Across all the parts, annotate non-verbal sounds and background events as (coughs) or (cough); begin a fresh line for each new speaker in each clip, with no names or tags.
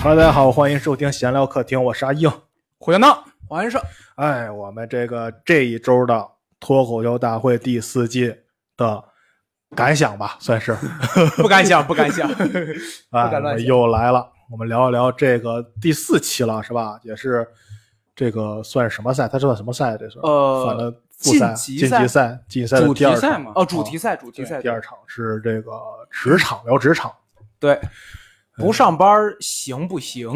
哈喽，大家好，欢迎收听闲聊客厅，我是阿硬。
胡小闹，完事
哎，我们这个这一周的脱口秀大会第四季的感想吧，算
(laughs)
是
不敢想，不敢 (laughs) 想。
哎，
不
我
敢乱
们
想
又来了，我们聊一聊这个第四期了，是吧？也是这个算什么赛？它是算什么赛？这是
呃
反正复赛、
晋
晋
级赛
级赛、晋级赛的
主
第
题
二
赛
场啊
嘛，哦，主题赛，主题
对
赛，
第二场是这个职场聊职场，
对，不上班儿行不行？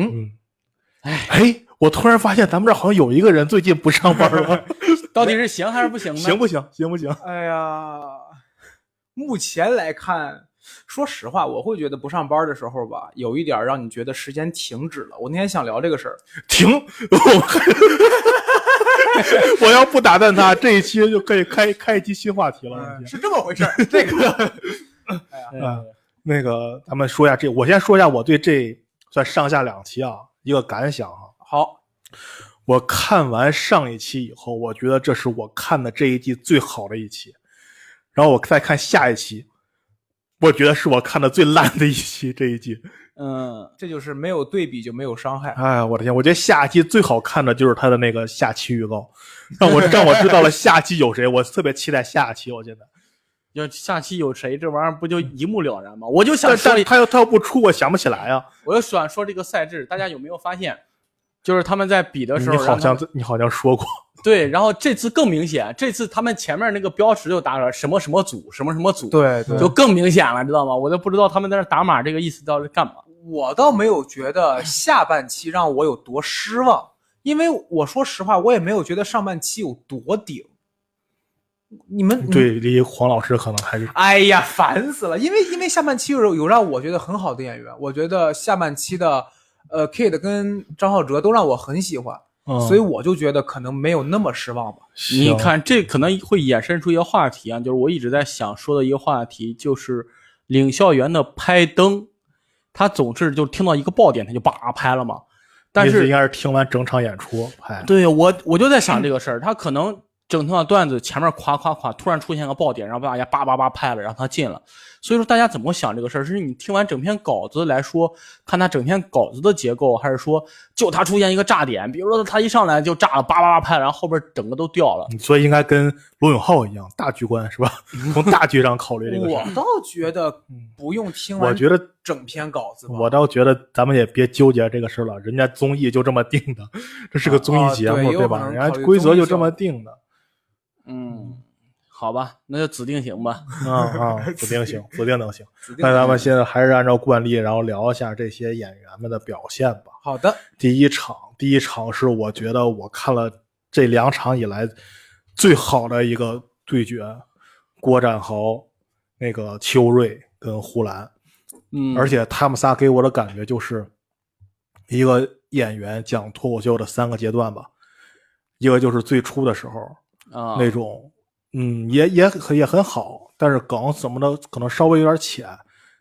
嗯，哎，我突然发现咱们这儿好像有一个人最近不上班了，
到底是行还是不行呢？
行不行？行不行？ (laughs)
哎呀，目前来看，说实话，我会觉得不上班的时候吧，有一点儿让你觉得时间停止了。我那天想聊这个事 (laughs) 儿，
停！我我要不打断他，这一期就可以开开一期新话题了。
哎是这么回事儿。这个
嗯，那个咱们说一下这，我先说一下我对这算上下两期啊一个感想啊。
好，
我看完上一期以后，我觉得这是我看的这一季最好的一期，然后我再看下一期，我觉得是我看的最烂的一期。这一季，
嗯，这就是没有对比就没有伤害。
哎，我的天！我觉得下期最好看的就是他的那个下期预告，让我让我知道了下期有谁，我特别期待下期。我现在，
要下期有谁，这玩意儿不就一目了然吗？我就想
但
说
但
一，
他要他要不出，我想不起来啊。
我就想说这个赛制，大家有没有发现，就是他们在比的时候，
你好
然后他
像
们
你好像说过，
对，然后这次更明显，这次他们前面那个标识就打出来什么什么组，什么什么组，，
对
就更明显了，知道吗？我都不知道他们在那打码这个意思到底干嘛。
我倒没有觉得下半期让我有多失望，因为我说实话，我也没有觉得上半期有多顶。你们，
对，离黄老师可能还是
哎呀，烦死了！因为因为下半期有有让我觉得很好的演员，我觉得下半期的呃 Kid 跟张浩哲都让我很喜欢，
嗯
所以我就觉得可能没有那么失望吧。
你
行
看，这可能会衍生出一个话题啊，就是我一直在想说的一个话题，就是领校园的拍灯，他总是就听到一个爆点，他就叭拍了嘛。但
意思
是
应该是听完整场演出哎拍。
对我，我就在想这个事儿，他可能整条段子前面夸夸夸，突然出现个爆点，然后大家叭叭叭拍了，让他进了。所以说大家怎么想这个事儿？是你听完整篇稿子来说，看他整篇稿子的结构，还是说就他出现一个炸点？比如说他一上来就炸了，叭叭叭拍，然后后边整个都掉了。
所以应该跟罗永浩一样，大局观是吧？从大局上考虑这个事
我
儿。
倒觉得不用听
我
完
觉得，
整篇稿子吧，
我倒觉得咱们也别纠结这个事儿了，人家综艺就这么定的，这是个综艺节
啊
目，
对有可
吧？
能
人家
考虑
规则
综艺
就
效
这么
果
定的。
嗯，好吧，那就指定型吧。
啊啊，指定行，指定能行。
指定
那咱们现在还是按照惯例，然后聊一下这些演员们的表现吧。
好的，
第一场，第一场是我觉得我看了这两场以来最好的一个对决，郭展豪、那个邱瑞跟呼兰，
嗯，
而且他们仨给我的感觉就是一个演员讲脱口秀的三个阶段吧，一个就是最初的时候，
啊，
那种，嗯，也也很也很好，但是梗什么的可能稍微有点浅，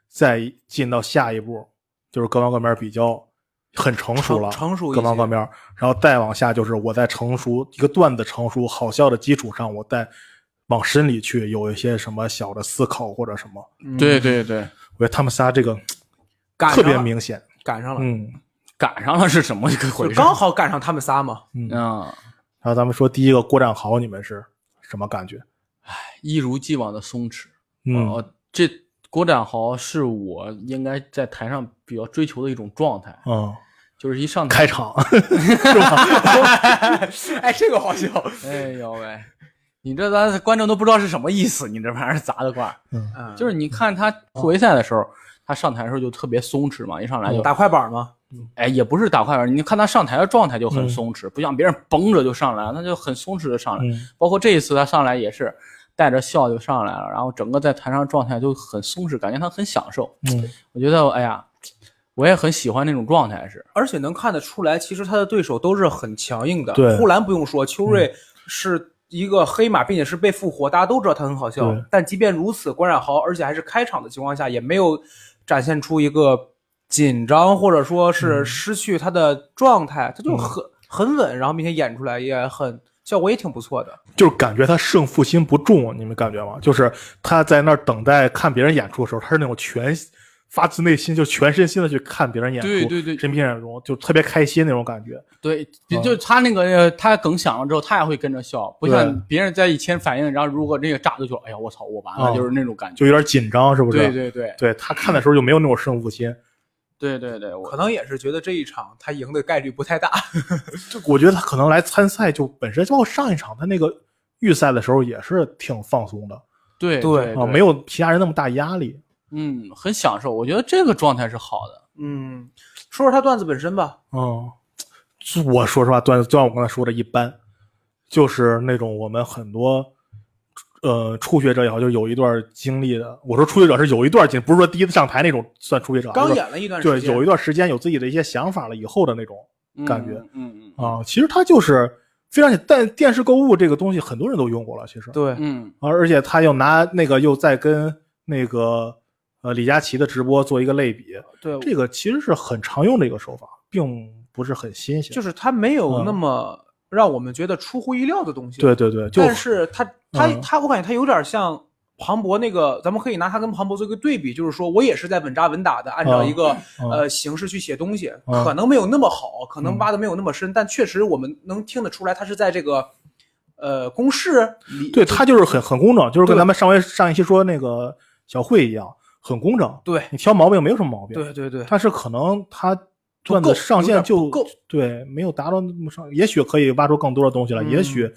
再进到下一步就是各方各面比较很成熟了，
成成熟一
各方
些
各面，然后再往下就是我在成熟一个段子成熟好笑的基础上，我再往深里去有一些什么小的思考或者什么，
嗯
对对对，
我觉得他们仨这个
赶
特
上
别
了
明显，
赶上了，
嗯。
赶上了是什么一个回
就
事？
刚好赶上他们
(laughs)
仨嘛。
啊，
嗯然后咱们说第一个郭展豪，你们是什么感觉？
一如既往的松弛。
嗯，
哦，这郭展豪是我应该在台上比较追求的一种状态，
嗯，
就是一上
开
台，
场 (laughs) 是吧？
哎，这个好笑。
哎呦喂，你这咱观众都不知道是什么意思，你这玩意儿砸的瓜。
嗯，
就是你看他
哦
突围赛的时候，他上台的时候就特别松弛嘛，一上
哦
来就
打快板嘛。
哎，也不是打快板，你看他上台的状态就
嗯
很松弛，不像别人绷着就上来了，他就很松弛的上来。
嗯
包括这一次他上来也是带着笑就上来了，然后整个在台上状态就很松弛，感觉他很享受。
嗯，
我觉得，哎呀，我也很喜欢那种状态是。
而且能看得出来，其实他的对手都是很强硬的。
对嗯
呼兰不用说，邱瑞是一个黑马，并且是被复活，大家都知道他很好笑
对。
但即便如此，关展豪而且还是开场的情况下，也没有展现出一个紧张或者说
嗯
是失去他的状态，他就很很稳，然后并且演出来也很效果也挺不错的。
就是感觉他胜负心不重，你们感觉吗？就是他在那儿等待看别人演出的时候，他是那种全发自内心就全身心的去看别人演出，
对对对
真皮忍容就特别开心那种感觉。
对，
嗯
就是他那个呃他梗响了之后，他也会跟着笑，不
对
像别人在以前反应，然后如果这个炸出去了，哎呀，我操，我完了，
嗯
就是那种感觉。
就有点紧张，是不是？
对对对
对他看的时候就没有那种胜负心。
对对对，我
可能也是觉得这一场他赢的概率不太大。
就我觉得他可能来参赛就本身，包括上一场他那个预赛的时候也是挺放松的
对
对
啊，没有其他人那么大压力。
嗯，很享受，我觉得这个状态是好的。
嗯，说说他段子本身吧。
嗯，就我说实话，段就像我刚才说的一般，就是那种我们很多呃初学者也好，就有一段经历的。我说初学者是有一段经，不是说第一次上台那种算初学者啊，
刚
就是
演了一段
对
时，间，
有一段时间有自己的一些想法了以后的那种。
嗯
感觉，
嗯嗯嗯
啊，其实它就是非常简但电视购物这个东西很多人都用过了，其实，啊
对，
嗯
而而且他又拿那个又在跟那个呃李佳琦的直播做一个类比，
对，
这个其实是很常用的一个手法，并不是很新鲜。
就是是他没有
嗯
那么让我们觉得出乎意料的东西。
对，对对，就
但是他他
嗯
他，我感觉他有点像庞博那个，咱们可以拿他跟庞博做一个对比，就是说我也是在稳扎稳打的，按照一个
嗯
呃形式去写东西，
嗯
可能没有那么好，可能
嗯
挖的没有那么深，但确实我们能听得出来，他是在这个呃公式里。
对他就是很很工整，就是跟
对
咱们上回上一期说那个小慧一样，很工整。
对
你挑毛病没有什么毛病，
对对对，
但是可能他
不
段子
够
上
有
限
点
就
不够
对没有达到那么上，也许可以挖出更多的东西来，也
嗯
许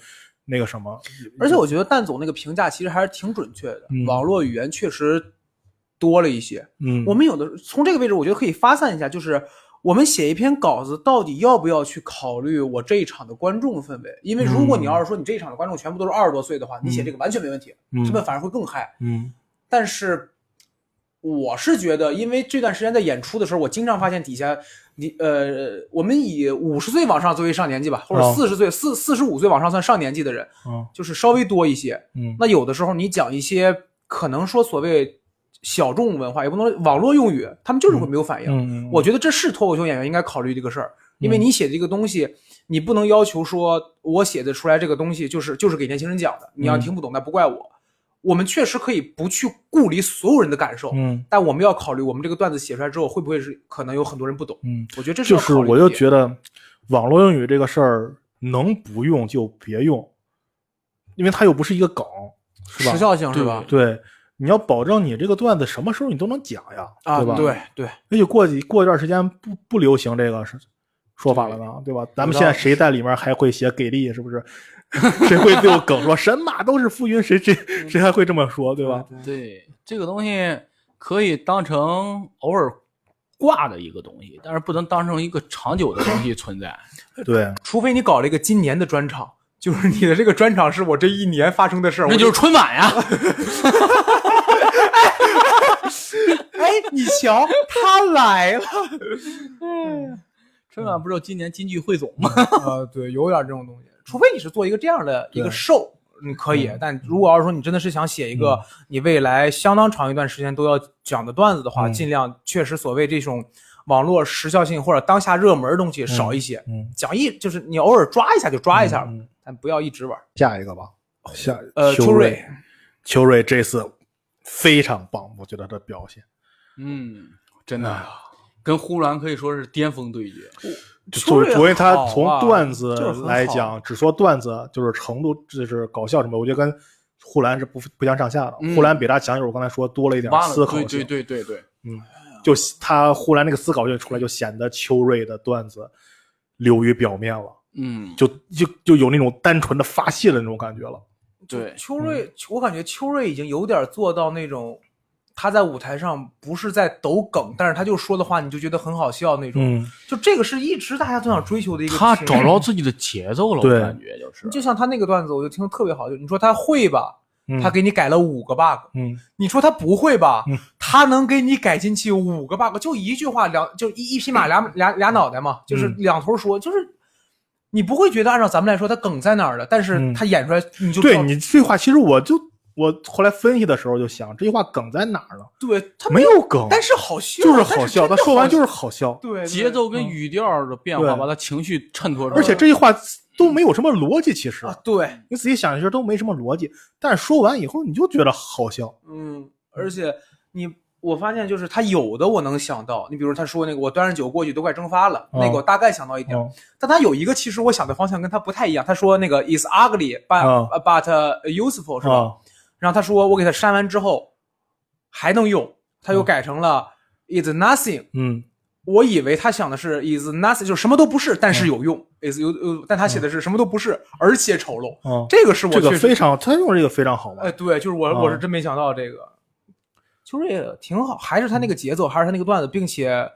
那个什么，
而且我觉得蛋总那个评价其实还是挺准确的，
嗯
网络语言确实多了一些。
嗯，
我们有的从这个位置，我觉得可以发散一下，就是我们写一篇稿子，到底要不要去考虑我这一场的观众氛围？因为如果你要是说你这一场的观众全部都是二十多岁的话，你写这个完全没问题，
嗯
他们反而会更嗨。
嗯
但是我是觉得，因为这段时间在演出的时候，我经常发现底下。你呃，我们以五十岁往上作为上年纪吧，或者
哦
四十岁、四四十五岁往上算上年纪的人，
嗯
就是稍微多一些。
嗯
那有的时候你讲一些可能说所谓小众文化，也不能网络用语，他们就是会没有反应。
嗯，
啊我觉得这是脱口秀演员应该考虑这个事儿，因为
嗯
你写这个东西，你不能要求说我写的出来这个东西就是就是给年轻人讲的，你要
嗯
听不懂那不怪我。我们确实可以不去顾及所有人的感受，
嗯
但我们要考虑我们这个段子写出来之后会不会是可能有很多人不懂。
嗯，
我觉得这
就
要
是
考虑
我
的
就
点
觉得网络用语这个事儿能不用就别用，因为它又不是一个梗，是
时
吧？
效性是
对
吧？
对，你要保证你这个段子什么时候你都能讲呀，
啊，
吧？
对对，
也许过几过一段时间不不流行这个是说法了呢，对吧？咱们现在谁在里面还会写给力，是不是？ (laughs) 谁会就梗说神马都是浮云？谁谁谁还会这么说，
啊
对吧？
对这个东西可以当成偶尔挂的一个东西，但是不能当成一个长久的东西存
(laughs)
在。
对，
除非你搞了一个今年的专场，就是你的这个专场是我这一年发生的事儿，
那就是春晚呀，
我就哎，你瞧，他来
(laughs)
了，
春晚不是有今年金句汇总吗？ (laughs)
啊，对，有点这种东西。除非你是做一个这样的一个
对
show，你可以，但如果要是说你真的是想写一个你未来相当长一段时间都要讲的段子的话，
嗯
尽量确实所谓这种网络时效性或者当下热门的东西少一些，
(laughs) 嗯，
讲一就是你偶尔抓一下就抓一下，
嗯嗯
但不要一直玩。
下一个吧，下
呃，
秋
秋瑞，
秋瑞这次非常棒，我觉得他的表现。
嗯，真
哎
的，跟呼兰可以说是巅峰对决。
秋
就是
瑞
昨天他
好
从
啊
段子
就是很好
来讲，只说段子就是程度，就是搞笑什么，我觉得跟呼兰是不不相上下的。
嗯
呼兰比他讲友，我刚才说多了一点
忘了，
思考
对
性，
对对对对，
就他忽然那个思考性出来，就显得秋瑞的段子流于表面了，
嗯，
就就就有那种单纯的发泄的那种感觉了。
对，
秋瑞，我感觉秋瑞已经有点做到那种，他在舞台上不是在抖梗，但是他就说的话你就觉得很好笑那种。
嗯，
就这个是一直大家都想追求的一个。
他找，着自己的节奏了，
对
我感觉就是。
就像他那个段子，我就听得特别好，就你说他会吧，他给你改了五个 bug；
嗯
你说他不会吧
嗯，
他能给你改进去五个 bug，就一句话两就一一匹马俩俩俩脑袋嘛，就是
嗯
两头说，就是。你不会觉得按照咱们来说，他梗在哪儿了，但是
嗯
他演出来你就知
对
道
你这话，其实我就我后来分析的时候就想，这句话梗在哪儿呢？
对他
没有梗，
但是好笑，
就是好笑。他
但
说完就是是好笑，
真的好笑对
节奏跟语调的变化，
对
把他情绪衬托出
而
来。
且这句话都没有什么逻辑，其实
嗯对啊，对，
你仔细想一下都没什么逻辑，但是说完以后你就觉得好笑。
嗯，而且你我发现就是他有的我能想到，你比如他说那个我端着酒过去都快蒸发了，
嗯
那个我大概想到一点，
嗯
但他有一个其实我想的方向跟他不太一样，他说那个 is ugly but、but useful 是吧？
啊
然后他说我给他删完之后还能用，他
啊
又改成了 is nothing，、
嗯
我以为他想的是 is nothing，就是什么都不是，但
啊
是有用、is 有有，但他写的是什么都不是，而且丑陋。
嗯，
这个是我
啊这个
确实
非常，他用这个非常好
哎，
玩。
对，就是我、
啊
我是真没想到这个，就是也挺好，还是他
嗯
那个节奏，还是他那个段子，并且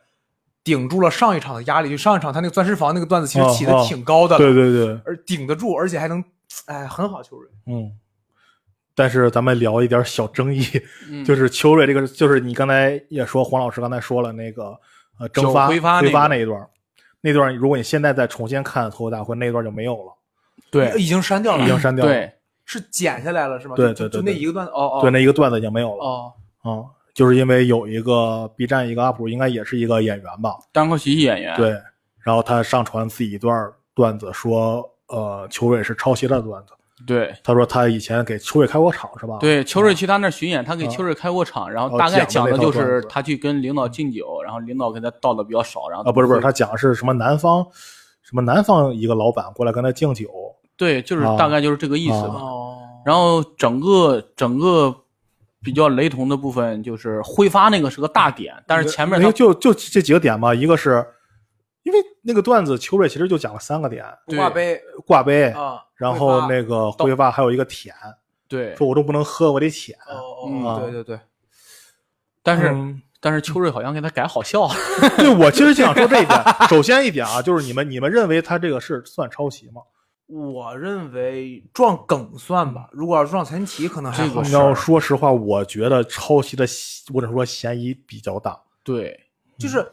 顶住了上一场的压力。就上一场他那个钻石房那个段子，其实起的
啊啊
挺高的了，
对对对，
而顶得住，而且还能，哎，很好，秋瑞。
嗯。但是咱们聊一点小争议，
嗯
就是秋瑞这个，就是你刚才也说，黄老师刚才说了那个呃蒸发
酒挥发那
挥发
个
那一段儿，那段儿如果你现在再重新看脱口大会，那一段儿就没有了，
对
已经删掉了，
已经删掉了。
对，
是剪下来了是吗？
对对
就
对
就那
对
一个段子，哦哦，
对，那一个段子已经没有了。
哦，
啊、就是因为有一个 B 站一个 UP 主，应该也是一个演员吧？
单口喜剧演员，
对，然后他上传自己一段段子说，呃，邱瑞是抄袭他的段子。
对
他说他以前给邱瑞开过场是吧？，
对，秋瑞去他那儿巡演，他给
嗯
秋瑞开过场，然后
哦
大概讲的就是他去跟领导敬酒，然后领导给他倒的比较少，然后
啊，不是不是，他讲的是什么南方，什么南方一个老板过来跟他敬酒，
对，就是大概就是这个意思
啊
吧。
哦，
然后整个整个比较雷同的部分就是挥发那个是个大点，但是前面
那
他
个就就这几个点吧，一个是因为那个段子邱瑞其实就讲了三个点，
对
挂杯
挂杯，
哦
啊，
然
挥
后
发
那个挥发，还有一个舔，
对，
说我都不能喝，我得舔。
哦
嗯
哦
啊
哦，对对对，
但是、
嗯
但是秋瑞好像给他改好笑了，
(laughs) 对，我其实就想说这一点。首先一点啊，就是你们你们认为他这个是算抄袭吗？
我认为撞梗算吧，如果要是撞陈奇，可能还
这
好
个。
你
是
要说实话，我觉得抄袭的嫌或者说嫌疑比较大。
(laughs) 对
就是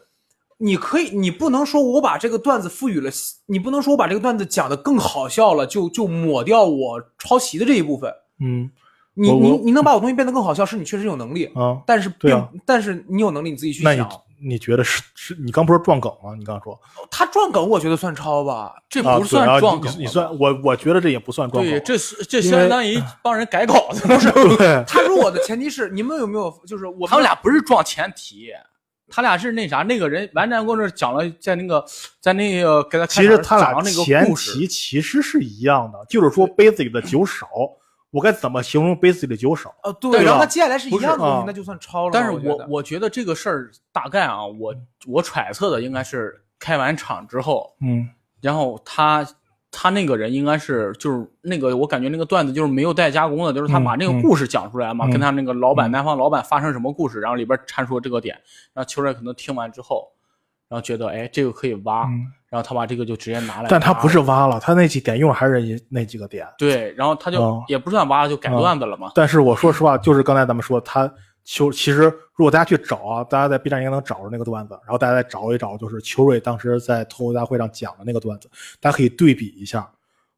你可以，你不能说我把这个段子赋予了，你不能说我把这个段子讲得更好笑了，就就抹掉我抄袭的这一部分。
嗯
你
我
你
我
你能把我东西变得更好笑，是你确实有能力，
啊，
但是
对
并、
啊
但是你有能力你自己去
那你
想。
你觉得是是你刚不是撞梗吗？你刚说
他撞梗，我觉得算抄吧。
这
啊，
不算
对啊
撞梗、
你你算我我觉得这也不算撞
对，
梗。 (laughs)
这是这
因为
相当于帮人改稿子，啊 (laughs) 不是？
对
他如果的前提是你们有没有，就是我
他们俩不是撞前提，他俩是那啥，那个人完战过这讲了，在那个在那个给他
其实他
讲
俩
了那个
前
故事，
提其实是一样的，就是说杯子里的酒少，我该怎么形容杯子里的酒少？
呃对，
对啊
然后
吧
他接下来是一
不是
样的东西
啊，
那就算抄了吧。
但是
我觉
我
得
我觉得这个事儿大概啊，我我揣测的应该是开完场之后，
嗯
然后他他那个人应该是就是那个我感觉那个段子就是没有带加工的，就是他
嗯
把那个
嗯
故事讲出来嘛，
嗯
跟他那个老板
嗯
南方老板发生什么故事，然后里边阐述了这个点，然后秋瑞可能听完之后，然后觉得哎这个可以挖，
嗯，
然后他把这个就直接拿来，
但他不。是挖了，他那几点用的还是人家那几个点。
对，然后他就、
哦
也不算挖了，就改
哦
段子了嘛。
但是我说实话，就是刚才咱们说他秋，其实如果大家去找啊，大家在 B 站应该能找着那个段子，然后大家再找一找，就是秋瑞当时在脱口大会上讲的那个段子，大家可以对比一下。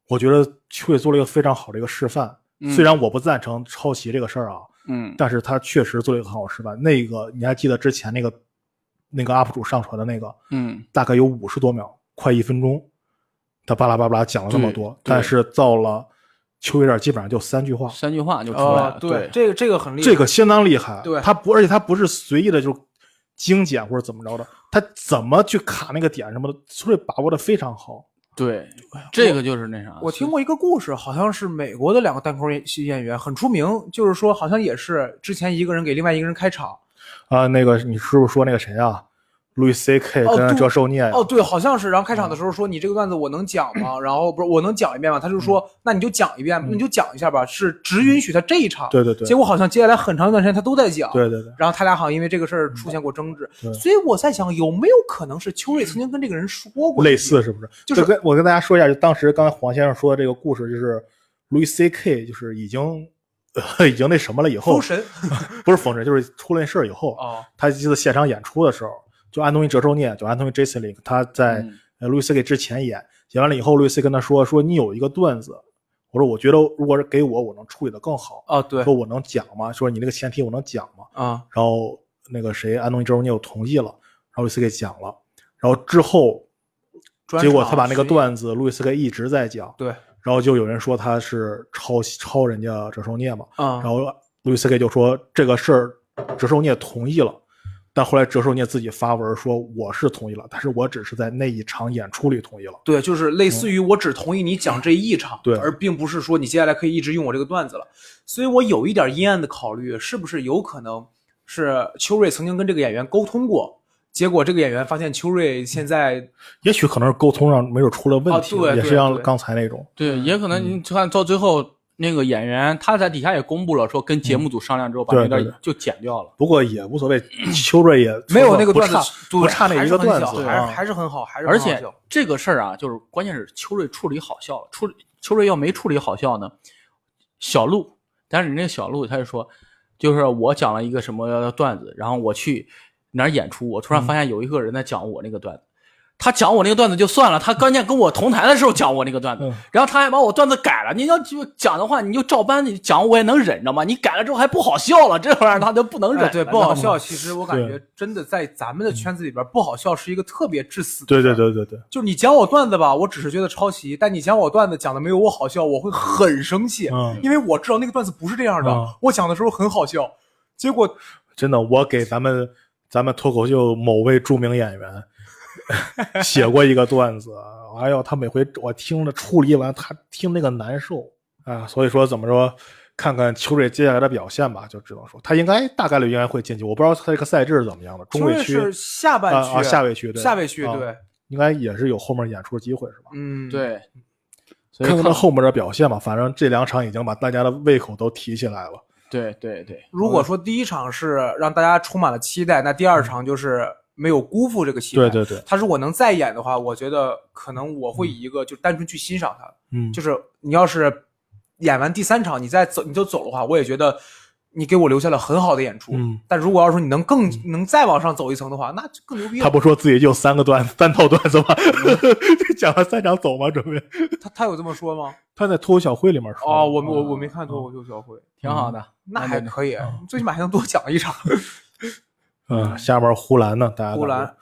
我觉得秋瑞做了一个非常好的一个示范，
嗯
虽然我不赞成抄袭这个事儿啊，
嗯，
但是他确实做了一个很好的示范。那个你还记得之前那个那个 UP 主上传的那个，
嗯，
大概有五十多秒，快一分钟，他巴拉巴拉讲了那么多，
嗯对对
但是到了秋瑞这儿基本上就三句话。
嗯三句话就出来了。
哦这个这个很厉害，
这个相当厉害。
对
他不，而且他不是随意的就精简或者怎么着的，他怎么去卡那个点什么的，所以把握的非常好。
对，这个啊就是那啥。
我听过一个故事，好像是美国的两个单口演演员很出名，就是说好像也是之前一个人给另外一个人开场。
啊、那个你是不是说那个谁啊，路易 C K
哦
跟
对
折寿聂呀、
哦，对，好像是。然后开场的时候说：“你这个段子我能讲吗？”然后不是我能讲一遍吗？他就说：“那你就讲一遍，那你就讲一下吧。”是只允许他这一场。
对对对
结果好像接下来很长一段时间他都在讲。。
对对对，
然后他俩好像因为这个事儿出现过争执，
对
所以我在想有没有可能是秋瑞曾经跟这个人说过
类似是不是？
就是
我跟我跟大家说一下，就当时刚才黄先生说的这个故事，就是路易 C K 就是已经。呃已经那什么了以后
封，神
(laughs) 不是封神，就是出了那事儿以后，
哦，
他记得现场演出的时候，就安东尼·折寿涅，就安东尼· Jason Link，他在
嗯
呃路易斯给之前演，演完了以后，路易斯跟他说说你有一个段子，我说我觉得如果是给我，我能处理的更好，
哦对
说我能讲吗？说你那个前提我能讲吗？
啊
然后那个谁安东尼·折寿涅又同意了，然后路易斯给讲了，然后之后
专
结果
场
他把那个
巡演
段子路易斯给一直在讲，
对
然后就有人说他是抄袭抄人家折寿涅嘛，
啊
然后路易斯给就说这个事儿折寿聂同意了，但后来折寿聂自己发文说我是同意了，但是我只是在那一场演出里同意了。
对，就是类似于我只同意你讲这一场，
嗯对
而并不是说你接下来可以一直用我这个段子了。所以我有一点阴暗的考虑，是不是有可能是秋瑞曾经跟这个演员沟通过，结果这个演员发现秋瑞现在
也许可能是沟通上没准出了问题，
啊对
也是
对
像
对
刚才那种。
对，
嗯
也可
嗯
能你看到最后那个演员他在底下也公布了，说跟节目组商量之后把
对
那
对
段就剪掉了。
不过也无所谓， (coughs) 秋瑞也
没有那个
不
段子
差，
对
不差那一个段子，
还是很小还是
啊
还是很好，还是
而
很好
且
笑
这个事儿啊，就是关键是秋瑞处理好笑了，处理秋瑞要没处理好笑呢，小鹿，但是人家小鹿他就说，就是我讲了一个什么段子，然后我去哪儿演出，我突然发现有一个人在讲我那个段子。他讲我那个段子就算了，他关键跟我同台的时候讲我那个段子， (laughs)
嗯
然后他还把我段子改了。你要
(laughs)
就讲的话，你就照搬你讲，我也能忍着嘛。你改了之后还不好笑了，这玩意儿他就不能忍了、
哎对，
你知
不
道
好
吗
笑。其实我感觉真的在咱们的圈子里边，不好笑是一个特别致死的。
对对，对对对，
就是你讲我段子吧，我只是觉得抄袭；但你讲我段子讲的没有我好笑，我会很生气，
嗯
因为我知道那个段子不是这样的。
嗯
我讲的时候很好笑，结果
真的，我给咱们咱们脱口秀某位著名演
(laughs)
员写过一个段子，哎呦，他每回我听着处理完，他听那个难受啊，所以说怎么说？看看秋瑞接下来的表现吧，就只能说他应该大概率应该会进去，我不知道他这个赛制怎么样的，中
秋
卫
瑞
区
是下
啊
半区，
啊下卫区对
下位区，
啊
对，
应该也是有后面演出的机会是吧？
嗯，，
对，所以
看看他
看
后面的表现吧，反正这两场已经把大家的胃口都提起来了。
对对对，
如果说第一场是让大家充满了期待，那第二场就是没有辜负这个期待。
对对对，
他如果能再演的话，我觉得可能我会以一个就单纯去欣赏他，
嗯
就是你要是演完第三场你再走你就走的话，我也觉得你给我留下了很好的演出。
嗯
但如果要是你能更能再往上走一层的话，那就更牛逼
他
了。
不说自己就三个段三套段子吗？ (laughs) 讲完三场走吗？准备
他他有这么说吗？
他在脱口小会里面说
哦，我我我没看脱口秀小会，
挺好的。
那
嗯那
还
就
可以，最起码还能多讲一场。
嗯，下面呼兰呢？大家
呼兰
感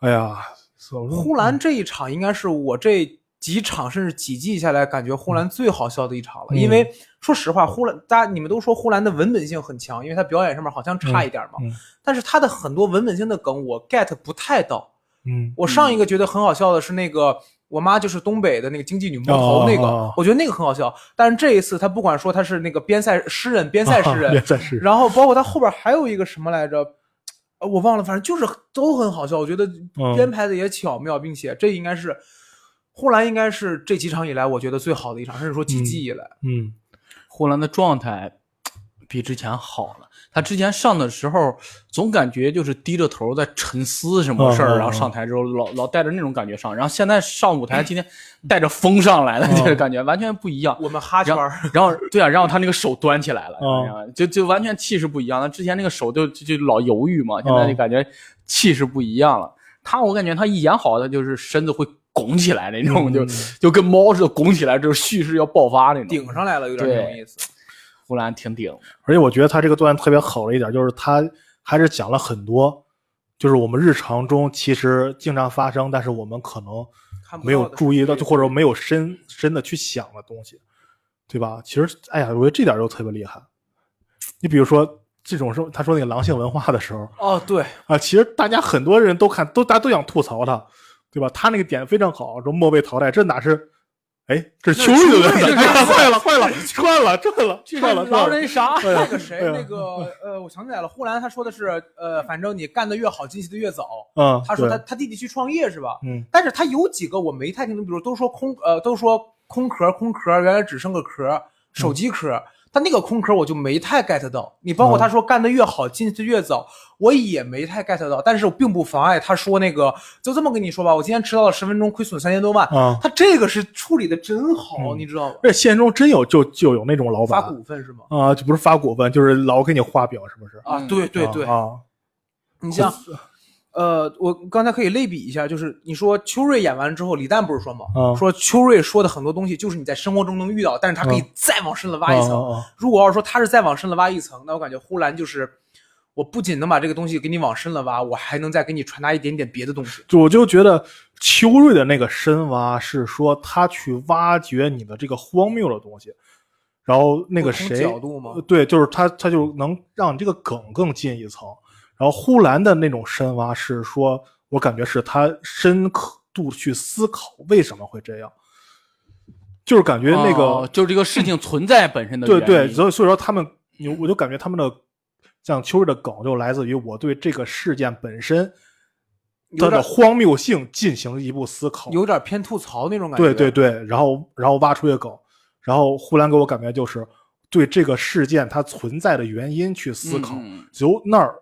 觉，哎呀，走
呼兰这一场应该是我这几场甚至几季下来感觉呼兰最好笑的一场了，
嗯
因为说实话，呼兰大家你们都说呼兰的文本性很强，因为他表演上面好像差一点嘛，
嗯嗯
但是他的很多文本性的梗我 get 不太到。
嗯，
我上一个觉得很好笑的是那个。我妈就是东北的那个经济女魔头，那个、
哦哦哦
我觉得那个很好笑。但是这一次他不管说他是那个边塞诗人、边塞诗
(laughs)
人，
别再试，
然后包括他后边还有一个什么来着，呃我忘了，反正就是都很好笑。我觉得
嗯
编排的也巧妙，并且这应该是呼兰应该是这几场以来我觉得最好的一场，甚至说几季以来。
嗯
呼兰的状态比之前好了。他之前上的时候，总感觉就是低着头在沉思什么事
嗯
儿，
嗯
然后上台之后老老带着那种感觉上，然后现在上舞台，今天带着风上来的
嗯
这个感觉完全不一样。
我们哈圈
然后
儿， (laughs)
然后对啊，然后他那个手端起来了，
嗯
然后就就完全气势不一样。他之前那个手就就就老犹豫嘛，现
嗯
在就感觉气势不一样了。他我感觉他一演好，他就是身子会拱起来那种，
嗯
就
嗯
就跟猫似的拱起来，就是蓄势要爆发那种。
顶上来了，有点那种意思。
呼兰挺顶，
而且我觉得他这个段子特别好的一点就是他还是讲了很多，就是我们日常中其实经常发生，但是我们可能
看不
没有
的
注意到，
对
就或者没有深深的去想的东西，对吧？其实，哎呀，我觉得这点就特别厉害。你比如说这种说他说那个狼性文化的时候
哦，
(laughs)
对，
啊，其实大家很多人都看，都大家都想吐槽他，对吧？他那个点非常好，说末位淘汰，这哪是？哎，这是秋
那是
日的
秋日
段子，
的
哎呀坏了，坏了，赚了，赚了，赚了，赚
狼
了。
人杀，
那个谁
哎呀，
那个呃，我想起来了，呼兰他说的是，呃，反正你干得越好，进去的越早。
嗯，
他说
对
他他弟弟去创业是吧？
嗯，
但是他有几个我没太听懂，比如都说空呃都说空壳空壳，原来只剩个壳，手机壳，但那个空壳我就没太 get 到。你包括他说干得越好，进去越早，我也没太 get 到。但是我并不妨碍他说那个就这么跟你说吧，我今天迟到了十分钟，亏损三千多万。
啊，
他这个是处理的真好，
嗯
你知道吗？
而且现实中真有就就有那种老
发
板
股份是吗？
啊，就不是发股份，就是老给你画饼，是不是？
啊，
嗯
对对
啊
对，
啊，
你像，呃，我刚才可以类比一下，就是你说秋瑞演完之后，李诞不是说吗？
嗯
说秋瑞说的很多东西，就是你在生活中能遇到，但是他可以
嗯
再往深了挖一层。
啊啊啊
如果要是说他是再往深了挖一层，那我感觉呼兰就是，我不仅能把这个东西给你往深了挖，我还能再给你传达一点点别的东西。
就我就觉得秋瑞的那个深挖是说他去挖掘你的这个荒谬的东西，然后那个
不同
谁，
角度吗
呃？对，就是他，他就能让你这个梗更进一层。然后呼兰的那种深挖是说，我感觉是他深刻度去思考为什么会这样，就是感觉那个、
哦就是这个事情存在本身的
对
原
对，
因
所以所以说他们，你我就感觉他们的像秋日的梗就来自于我对这个事件本身它
有
的
点
荒谬性进行了一步思考。
有点偏吐槽那种感
对
觉。
对对，然后然后挖出一个梗，然后呼兰给我感觉就是对这个事件它存在的原因去思考，
嗯嗯
由那儿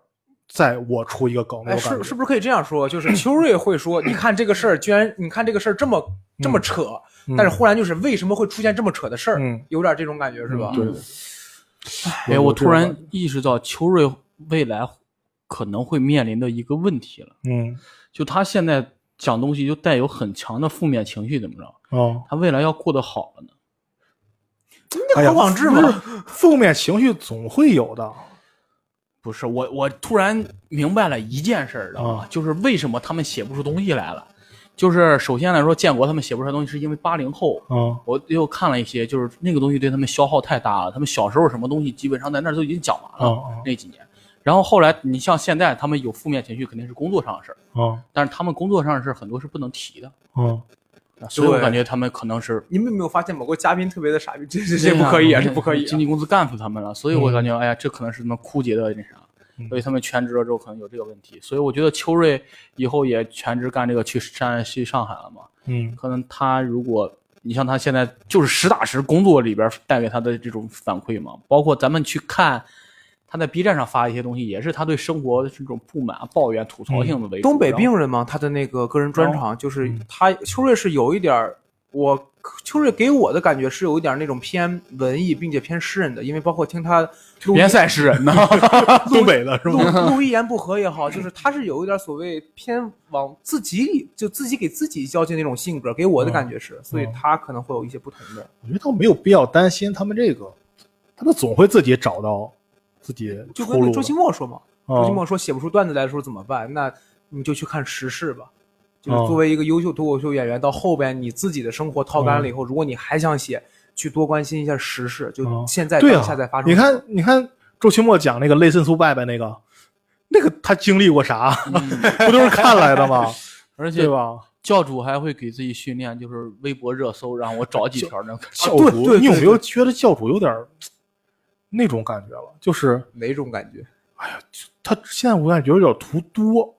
再我出一个梗，我
哎，
感觉、
是是不是可以这样说？就是秋瑞会说，你看这个事儿，居然你看这个事儿这么这么扯，
嗯
但是忽然就是为什么会出现这么扯的事儿？
嗯
有点这种感觉是吧？
嗯对对对
哎，
有
我
有这
突
种
然
感
意识到秋瑞未来可能会面临的一个问题了，
嗯
就他现在讲东西就带有很强的负面情绪，怎么着？
哦，
他未来要过得好了呢？
哎
那
呀，
何广智
不
嘛
是，负面情绪总会有的，
不是我，我突然明白了一件事儿，知道吗？
啊
就是为什么他们写不出东西来了。就是首先来说，建国他们写不出来东西，是因为八零后，
嗯
我又看了一些，就是那个东西对他们消耗太大了。他们小时候什么东西基本上在那儿都已经讲完
嗯
了、那几年。然后后来你像现在，他们有负面情绪肯定是工作上的事儿，
嗯
但是他们工作上的事儿很多是不能提的，
嗯
啊所以我
对
感觉他们可能是
你们有没有发现某个嘉宾特别的傻逼？ (laughs) 这这这不可以啊，
对
这不可以、啊。
经
嗯
纪公司干死他们了，所以我感觉，哎呀，这可能是他们枯竭的那啥
嗯，
所以他们全职了之后可能有这个问题。所以我觉得秋瑞以后也全职干这个，去山去上海了嘛。
嗯
可能他如果你像他现在就是实打实工作里边带给他的这种反馈嘛，包括咱们去看他在 B 站上发一些东西，也是他对生活的这种不满、抱怨、吐槽性的为
(laughs) 嗯
主。
东北
然后
病人嘛，他的那个个人专场就是
嗯
他秋瑞是有一点儿，我秋瑞给我的感觉是有一点儿那种偏文艺并且偏诗人的，因为包括听他录音
联赛诗
(laughs)
人呢，
(laughs) 东北的是
录
吗？ (laughs)
录一言不合也好，就是他是有一点所谓偏往自己就自己给自己较劲那种性格，给我的感觉
嗯
是，所以他可能会有一些不同的。
我觉得他们没有必要担心他们这个，他们总会自己找到自己
就
出路
跟
的
周奇墨说嘛，周奇
嗯
墨说写不出段子来的时候怎么办？那你就去看时事吧。就是
嗯
作为一个优秀脱口秀演员，到后边你自己的生活掏干了以后，如果你还想写，去多关心一下时事，就
嗯
现在
对
当
啊，
下在发生。
你看，你看周奇墨讲那个类似苏拜拜那个，那个他经历过啥？
嗯
(laughs) 不都是看来的
(laughs)
吗？
而且
对
啊
吧？
教主还会给自己训练，就是微博热搜，让我找几条那个。
教主，
对对
你有
对
没有觉得教主有点儿那种感觉了？就是
哪种感觉？
他现在我感觉有点图多，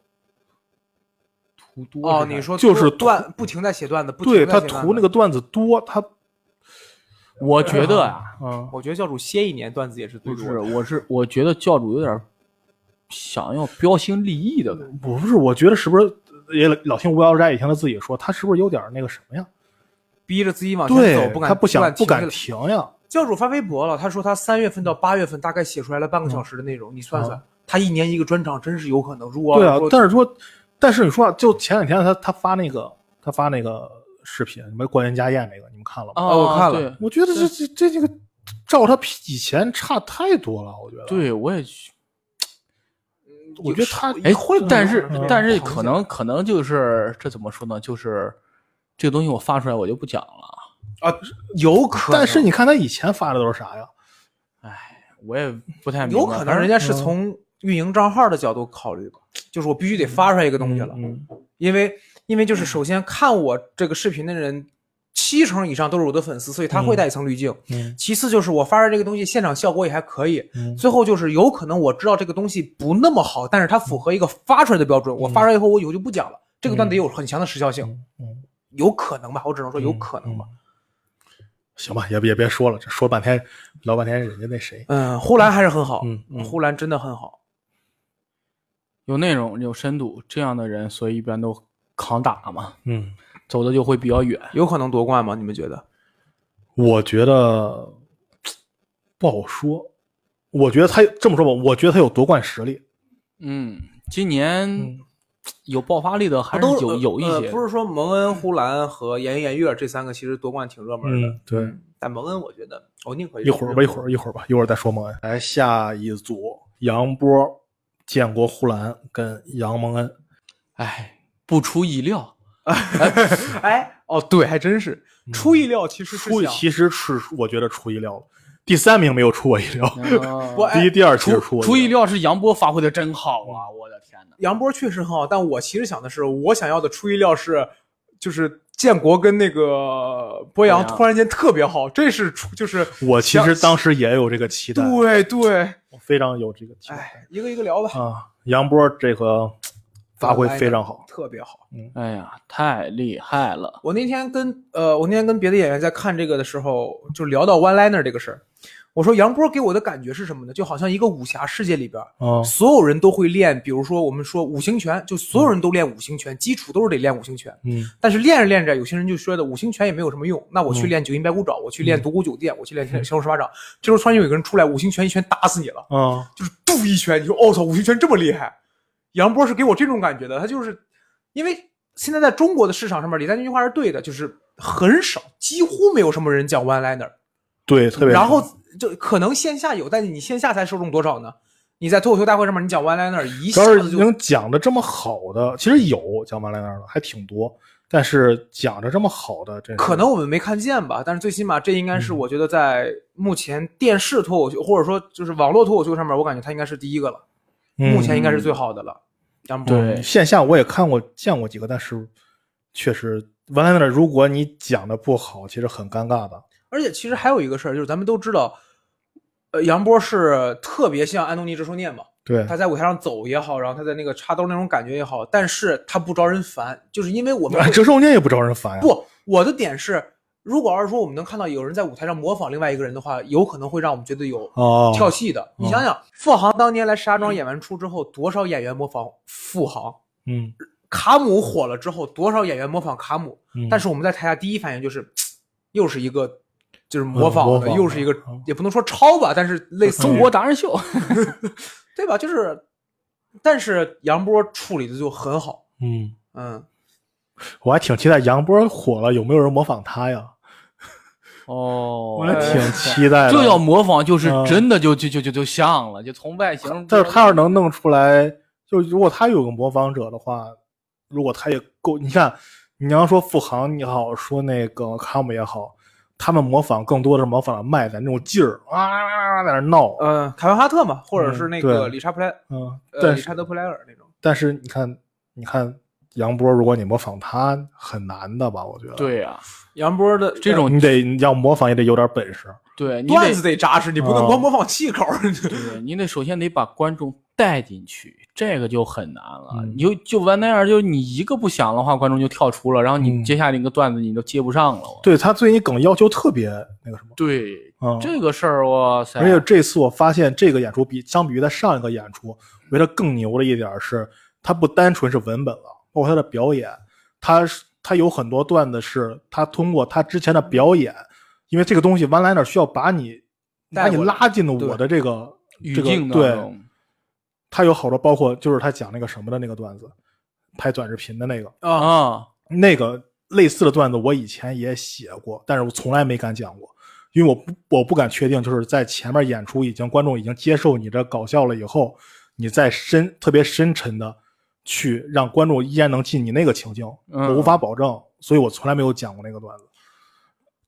图多
哦，
啥
你说
就是图
段不停在写段子，不停
对
地
他
写段
图那
子
个段子多，他
我觉得
(laughs)
啊，
嗯
我觉得教主歇一年段子也是最
不
多
是，
的。
我是我觉得教主有点想要标新立异的感觉。
不是，我觉得是不是也老听吴聊斋以前他自己说，他是不是有点儿那个什么呀？
逼着自己往前啊走，
对
不，敢
他不想
敢
不敢
停下来。
停呀，
教主发微博了，他说他三月份到八月份大概写出来了半
嗯
个小时的内容，你算算，他一年一个专场，真是有可能。如果
对啊
说，
但是说，但是你说啊，就前两天他他发那个他发那个视频，什么官员家宴那个，你们看了吗？
啊
我看了
对
我觉得这这这这个照他以前差太多了，我觉得。，
对，我也去
我觉得他嗯
哎，
会不会
但
有
是
可能是
但
这
是
样
可能可能就是这怎么说呢？就是这个东西我发出来我就不讲了，
有可能，
但是你看他以前发的都是啥呀？
我也不太明白
有可能
嗯
人家是从运营账号的角度考虑吧，就是我必须得发出来一个东西了，
嗯，
因为因为就是首先看我这个视频的人。七成以上都是我的粉丝，所以他会带一层滤镜。
嗯
其次就是我发出来这个东西，现场效果也还可以。
嗯
最后就是有可能我知道这个东西不那么好，但是它符合一个发出来的标准。我发出来以后，我以后就不讲了。这个段子也有很强的时效性，
嗯嗯，
有可能吧？我只能说有可能吧。
行吧，也别也别说了，这说半天聊半天，人家那谁，
嗯，呼兰还是很好，
嗯嗯
呼兰真的很好。
有内容有深度这样的人，所以一般都扛打嘛，
嗯，
走的就会比较远。
有可能夺冠吗？你们觉得？
我觉得不好说。我觉得他这么说吧，我觉得他有夺冠实力。
嗯，今年有爆发力的还是有有一些，
嗯呃不是说蒙恩、呼兰和颜颜悦这三个其实夺冠挺热门的，
嗯，对。
但蒙恩我觉得我宁可
一会儿吧，一
(laughs)
会儿，一会儿吧，一会儿再说蒙恩。来，下一组，杨波、建国、呼兰跟杨蒙恩。
哎，不出意料，
儿。哎，哦，对，还真是出意料，其实是
嗯出
想
其实是我觉得出意料了，第三名没有出我意料，
(laughs)
我
哦我
哎
第一、第二其实出
出
我
出意
料。
料是杨波发挥的真好啊！我的天哪！
杨波确实很好，但我其实想的是，我想要的出意料是，就是建国跟那个博
洋
洋突然间特别好，这是出就是
我其实当时也有这个期待，
对对，
我非常有这个期待
哎，一个一个聊吧，
啊。杨波这个发挥非常好，
特别好。
哎呀，太厉害了！
我那天跟呃，我那天跟别的演员在看这个的时候，就聊到 one liner 这个事儿。我说杨波给我的感觉是什么呢？就好像一个武侠世界里边，
嗯
所有人都会练，比如说我们说五行拳，就所有人都练五行拳，基础都是得练五行拳。
嗯
但是练着练着，有些人就觉得五行拳也没有什么用，那我
嗯
去练九阴白骨爪，我去练独孤九剑，我去练降龙十八掌。这时候突然有一个人出来，五行拳一拳打死你了，
嗯，
就是嘟一拳，你说哦操，五行拳这么厉害。杨波是给我这种感觉的，他就是因为现在在中国的市场上面，李诞那句话是对的，就是很少，几乎没有什么人讲 one liner，
对，特别
然后就可能线下有，但你线下才受众多少呢？你在脱口秀大会上面，你讲 one liner 一
主
下
要
子
是
就
能讲的这么好的，其实有讲马来那儿的还挺多，但是讲的这么好的，真是
可能我们没看见吧，但是最起码这应该
嗯
是我觉得在目前电视脱口秀或者说就是网络脱口秀上面，我感觉他应该是第一个了，
嗯
目前应该是最好的了。杨波，
对
线下我也看过见过几个，但是确实完了那儿，如果你讲的不好，其实很尴尬的。
而且其实还有一个事儿，就是咱们都知道，呃，杨波是特别像安东尼·直树念嘛，
对，
他在舞台上走也好，然后他在那个插兜那种感觉也好，但是他不招人烦，就是因为我们会
哎折寿念也不招人烦呀。
不，我的点是，如果要是说我们能看到有人在舞台上模仿另外一个人的话，有可能会让我们觉得有
哦，
跳戏的。你想想，傅航当年来石家庄演完出之后，多少演员模仿傅航？
嗯，
卡姆火了之后，多少演员模仿卡姆？
嗯
但是我们在台下第一反应就是，又是一个就是模仿
模
的，
仿
又是一个
的嗯
也不能说抄吧，但是类似于
中国达人秀，
对吧？就是，但是杨波处理的就很好，
嗯，
嗯，
我还挺期待杨波火了，有没有人模仿他呀？
哦
我还挺期待的。
就要模仿，就是
嗯
真的就就就就就像了，就从外形。
但是他要是能弄出来，就如果他有个模仿者的话，如果他也够，你看，你要说付航也好，说那个卡姆也好，他们模仿更多的是模仿了麦的那种劲儿啊，在那儿闹，
呃，凯文哈特嘛，或者是那个
嗯对
理查普莱，
嗯，
呃，
但
理
是
查德普莱尔那种。
但是你看，你看杨波，如果你模仿他很难的吧？我觉得，，
对呀，
杨波的呃
这种
你得你要模仿也得有点本事，
对你
段
得
子得扎实，你
嗯
不能光模仿气口。
对，你得首先得把观众带进去，这个就很难了。
嗯
你就就完那样，就你一个不响的话，观众就跳出了，然后你
嗯
接下来一个段子你都接不上了。我
对他对你梗要求特别那个什么，
对，
嗯，
这个事儿，哇塞！
而且这次我发现这个演出比相比于他上一个演出，我觉得更牛的一点是，他不单纯是文本了，包括他的表演，他是他有很多段子是他通过他之前的表演，因为这个东西 one liner 需要把你
带
把你
过来
拉进了
对
我的这个
语
这个
境当
对，
中，
他有好多包括就是他讲那个什么的那个段子，拍短视频的那个
啊，
啊，
那个类似的段子，我以前也写过，但是我从来没敢讲过，因为我不我不敢确定，就是在前面演出已经观众已经接受你这搞笑了以后，你再深特别深沉的去让观众依然能进你那个情境，
嗯
我无法保证，所以我从来没有讲过那个段子。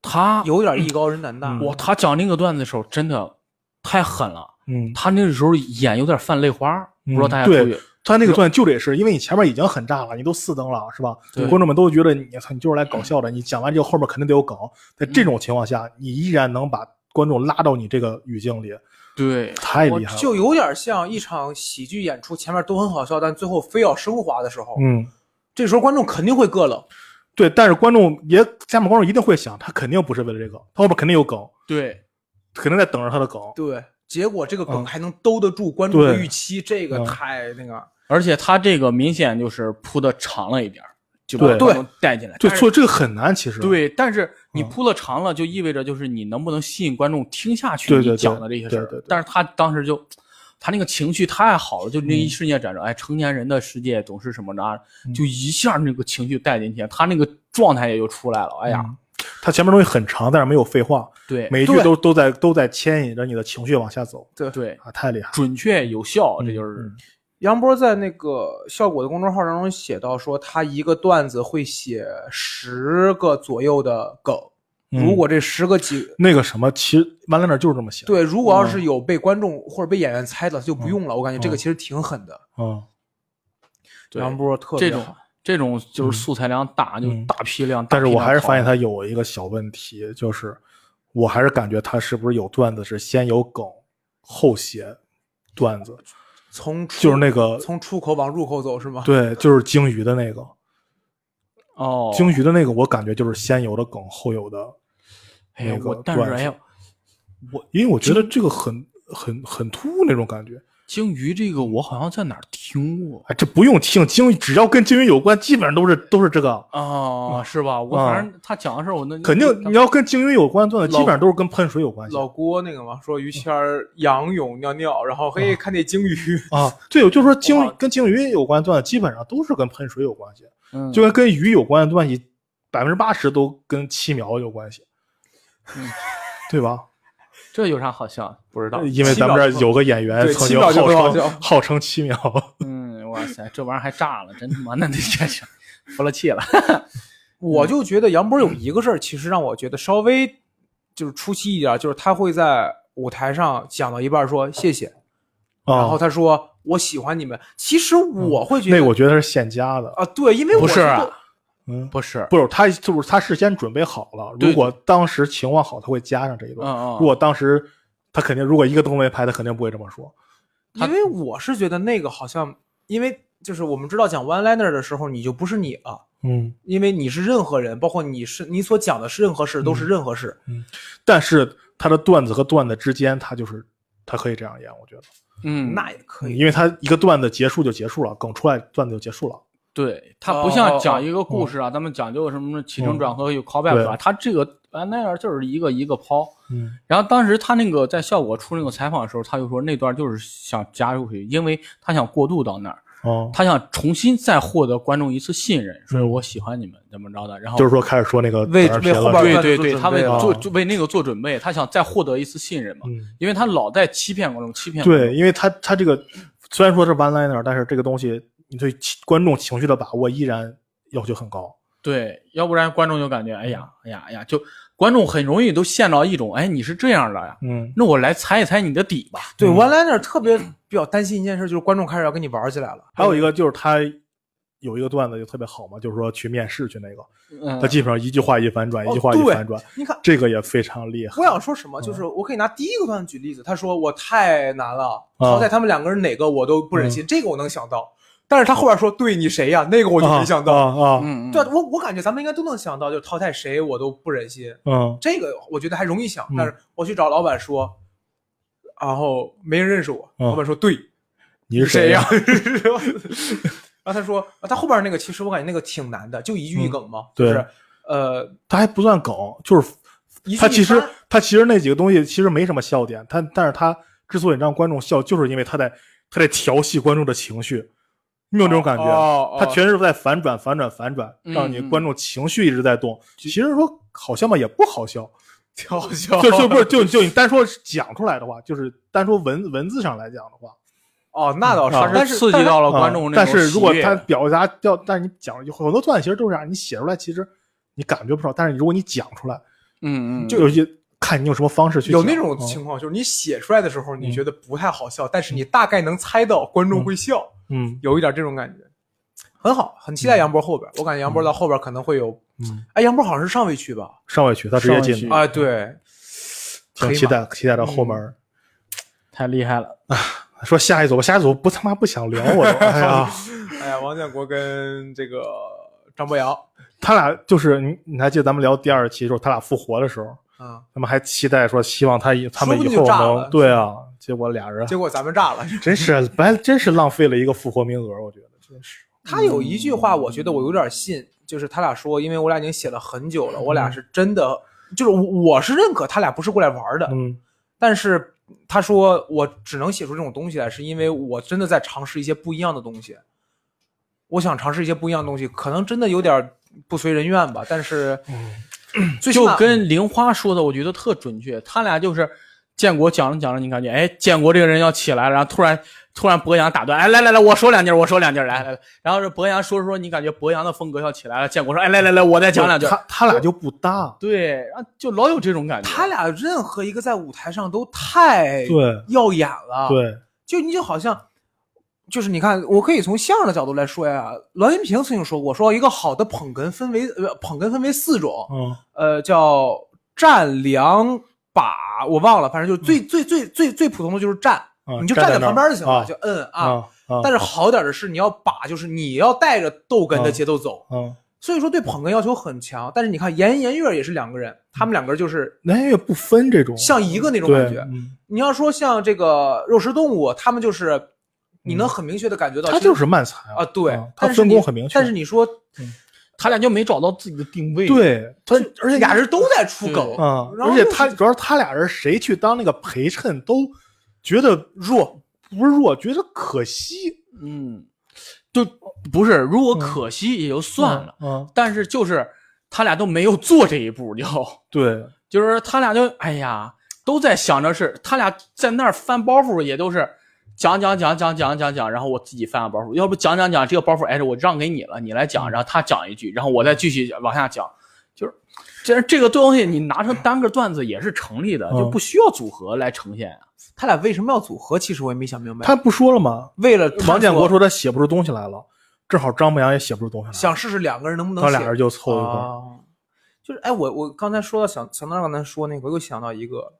他
(laughs) 有点艺高人胆大。
哇，他讲那个段子的时候真的太狠了，
嗯，
他那个时候眼有点泛泪花，不
嗯
知道大家注意
对。他那个段就得是因为你前面已经很炸了，你都四灯了，是吧？
对
观众们都觉得你操，你就是来
(clears throat)
搞笑的，你讲完之后后面肯定得有梗。在这种情况下，你依然能把观众拉到你这个语境里，
对，
太厉害了。
就有点像一场喜剧演出，前面都很好笑，但最后非要升华的时候，
嗯，
这时候观众肯定会膈冷。
对，但是观众也下面观众一定会想，他肯定不是为了这个，他后面肯定有梗，
对，
肯定在等着他的梗。
对，结果这个梗
嗯
还能兜得住观众的
对
预期，这个
嗯
太那个。
而且他这个明显就是铺的长了一点儿，就把
对
观众带进来。
对，
但是
所以这个很难，其实。
对，但是你
嗯
铺了长了，就意味着就是你能不能吸引观众听下去
对
你
对对
讲的这些事
对对
儿
对。
但是他当时就，他那个情绪太好了，就
嗯
那一瞬间展示，哎，成年人的世界总是什么呢？就一下那个情绪带进去，他那个状态也就出来了。
嗯
哎呀，
他前面东西很长，但是没有废话，
对
每一句
对
都都在都在牵引着你的情绪往下走
对，
啊，太厉害了。
准确有效，哦这就
嗯
是
杨波在那个效果的公众号当中写到说，他一个段子会写十个左右的梗，
嗯
如果这十个几
那个什么，其实曼兰那就是这么写。，
对，如果要是有被观众或者被演员猜到，就不用了。我感觉这个其实挺狠的，
嗯，
对
杨波特别
这种
好
这种就是素材量大，
嗯
就大批量。
但是我还是发现
他
他有一个小问题，就是我还是感觉他是不是有段子是先有梗后写段子，
从出
就是那个
从出口往入口走是吗？
对，就是鲸鱼的那个，
哦，
鲸鱼的那个，我感觉就是先有的梗后有的
哎呀
那，个
我但是
段子
哎呀，
我，因为我觉得这个很很很突兀那种感觉。
鲸鱼这个我好像在哪儿听过
哎，这不用听鲸鱼，只要跟鲸鱼有关，基本上都是都是这个。
啊，是吧？我
啊
反正他讲的时候，我那
肯定你要跟鲸鱼有关的段子，基
老
本上都是跟喷水有关系
老郭那个嘛，说于谦儿仰泳尿尿，然后
嗯
嘿看那鲸鱼，
啊。对，我就说鲸
哇
跟鲸鱼有关的段子，基本上都是跟喷水有关系，
嗯
就跟跟鱼有关的段子，百分之八十都跟七苗有关系，
嗯
对吧？
这有啥好笑？不知
(laughs)
道。
因为咱们这儿有个演员
对
曾
七
经
秒
号
就很好
称
笑
号称七苗，
嗯，哇塞，这玩意儿还炸了，真他妈那得确实服了气了。
嗯
我就觉得杨波有一个事儿，其实让我觉得稍微就是出戏一点，就是他会在舞台上讲到一半说谢谢，然后
啊，
他说我喜欢你们。其实我会觉
嗯
得、
那个我觉得是现加的，
啊，对，因为我
不是
觉得
啊
嗯，
不是，
不是他就是他事先准备好了，
对
如果当时情况好，他会加上这一段。
嗯嗯
如果当时他肯定，如果一个都没拍，他肯定不会这么说。
他
因为我是觉得那个好像，因为就是我们知道讲 one liner 的时候，你就不是你了，
嗯，
因为你是任何人，包括你是你所讲的是任何事都
嗯
是任何事。
但是他的段子和段子之间，他就是他可以这样演，我觉得，
嗯，
那也可以。
因为他一个段子结束就结束了，梗出来段子就结束了。
对他
哦
不
哦
像讲
哦
一个故事啊，咱们讲究什么起承
嗯
转合有 callback 啊，
对
他这个啊那样就是一个一个抛。
嗯
然后当时他那个在效果出那个采访的时候，他就说那段就是想加入去，因为他想过渡到那儿，
哦，
他想重新再获得观众一次信任，说
嗯
我喜欢你们怎么着的。然后
就是说开始说那个
为
短视
为
频
后
了
边
是吧
对
段
对
子
对，
准
他为
备了
做就为那个做准备，他想再获得一次信任嘛，
啊嗯，
因为他老在欺骗观众，欺骗观众
对，因为他他这个虽然说是 one liner，但是这个东西你对情观众情绪的把握依然要求很高。
对，要不然观众就感觉哎呀哎呀哎呀，就观众很容易都陷到一种哎你是这样的呀，
嗯，
那我来猜一猜你的底吧。
对
嗯
one liner 特别比较担心一件事，就是观众开始要跟你玩起来了。哎
还有一个就是他有一个段子就特别好嘛，就是说去面试去那个，
嗯
他，基本上一句话一反转，
哦
一句话一反转，
你看，
这个也非常厉害。
我想说什么，就是我可以拿第一个段子举例子。他说我太难了，
嗯啊嗯
淘汰他们两个人哪个我都不忍心，这个我能想到。但是他后边说对你谁呀，那个我就没想到。
啊啊，
嗯嗯，
对，我我感觉咱们应该都能想到，就是淘汰谁我都不忍心。
嗯
这个我觉得还容易想
嗯，
但是我去找老板说，然后没人认识我，
嗯
老板说对，
你是
谁
谁
呀 (laughs)
呀？？
然后他说，啊他后边那个其实我感觉那个挺难的，就一句一梗嘛，
嗯对
就是呃
他还不算梗，就是
一句一
他其实
翻
他其实那几个东西其实没什么笑点，他但是他之所以让观众笑，就是因为他在他在调戏观众的情绪，你有没有这种感觉？
哦哦
他全是在反转、反转、反转，
嗯
让你
嗯
观众情绪一直在动。其实说好笑嘛，也不好笑，
调笑， (laughs)
就就不是就就你单说讲出来的话，就是单说文文字上来讲的
(laughs)
话，
哦，那倒是，
啊
但
是刺激
但
到了
啊
观众那
但
种
是
喜
如果
悦
他表达掉，但是你讲有很多段子其实都是这样，你写出来其实你感觉不少，但是如果你讲出来，
嗯嗯，
就有些看你用什么方式去
有
讲
那种
嗯
情况，就是你写出来的时候，
嗯
你觉得不太好笑，但是你大概能猜到观众会笑，
嗯
有一点这种感觉，很好，很期待杨波后边。我感觉杨波到后边可能会有，
嗯
哎，杨波好像是上位区吧？
上位区他直接进
上
的，
位
啊，对，
挺
黑
期
马
待期待到后面儿。
太厉害了。
嗯
说下一组吧，下一组不他妈不想聊我
(laughs)
都，哎呀，
哎呀，王建国跟这个张博洋
他俩就是你你还记得咱们聊第二期的时候他俩复活的时候，
啊，
他们还期待说希望他以他们
说不
以
定就
后
炸了
能对啊，结果俩人
结果咱们炸了。
真是
嗯
白真是浪费了一个复活名额，我觉得真是。
他有一句话，我觉得我有点信，就是他俩说，因为我俩已经写了很久了，我俩是真的，就是我我是认可他俩不是过来玩的，
嗯
但是他说我只能写出这种东西来，是因为我真的在尝试一些不一样的东西。我想尝试一些不一样的东西，可能真的有点不随人愿吧。但是，
嗯
最起
就
码
跟玲花说的，我觉得特准确。他俩就是建国讲着讲着，你感觉哎，建国这个人要起来了，然后突然突然博洋打断，哎，来来来，我说两句，我说两句，来来来。然后是博洋说着说，你感觉博洋的风格要起来了，建国说，哎，来来来，我再讲两句
他。他俩就不搭，
对，然后就老有这种感觉。
他俩任何一个在舞台上都太
对
耀眼了，，
对，
就你就好像，就是你看，我可以从相声的角度来说呀，栾云平曾经说过，说一个好的捧哏分为呃捧哏分为四种，
嗯，
呃，叫站、梁、把，我忘了，反正就是最、最最最最普通的就是站，
嗯
你就
站
站
在
在
那儿
旁边就行了，
啊
就摁啊。
啊啊，
但是好点的是，你要把，就是你要带着逗哏的节奏走，
嗯，
所以说对捧哏要求很强。但是你看严严月也是两个人，他们两个人就是
南越不分这种
像一个那种
对，
感觉。
嗯
你要说像这个肉食动物，他们就是你能很明确的感觉到，
他
其实
就是慢才
啊，对
嗯，他
但是
分
你
工很明确，
但是你说
他俩就没找到自己的定位。，
对他，而且
俩人都在出梗，
啊，
然后
而且
又
他
是
主要是他俩人谁去当那个陪衬都觉得弱，不是弱，觉得可惜，
嗯，就不是，如
嗯
果可惜也就算了，
嗯，嗯，
但是就是他俩都没有做这一步，就
对，
就是他俩就哎呀，都在想着是他俩在那儿翻包袱，也都是讲讲讲讲讲讲讲，然后我自己翻个包袱，要不讲讲讲这个包袱，哎，我让给你了，你来讲，
嗯
然后他讲一句，然后我再继续往下讲，就是这这个东西你拿成单个段子也是成立的，
嗯
就不需要组合来呈现啊。
他俩为什么要组合？其实我也没想明白。
他不说了吗？
为了
王建国
说
说他写不出东西来了，正好张牧阳也写不出东西来了，
想试试两个人能不能
他
写
俩人就凑一块儿，
啊。就是哎，我我刚才说到想想到刚才说那个，我又想到一个，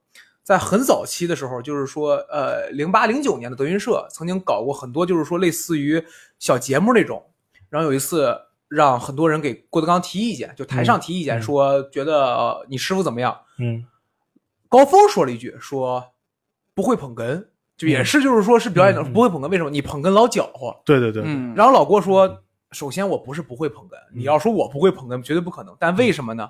在很早期的时候，就是说呃零八零九年的德云社曾经搞过很多，就是说类似于小节目那种。然后有一次让很多人给郭德纲提意见，就台上提意见
嗯嗯
说觉得、呃你师傅怎么样？
嗯
高峰说了一句说不会捧哏，就也是就是说是表演的、
嗯嗯
不会捧哏，为什么你捧哏老搅和？
对对对，
嗯，
然后老郭说：“首先我不是不会捧哏，
嗯
你要说我不会捧哏，绝对不可能。但为什么呢？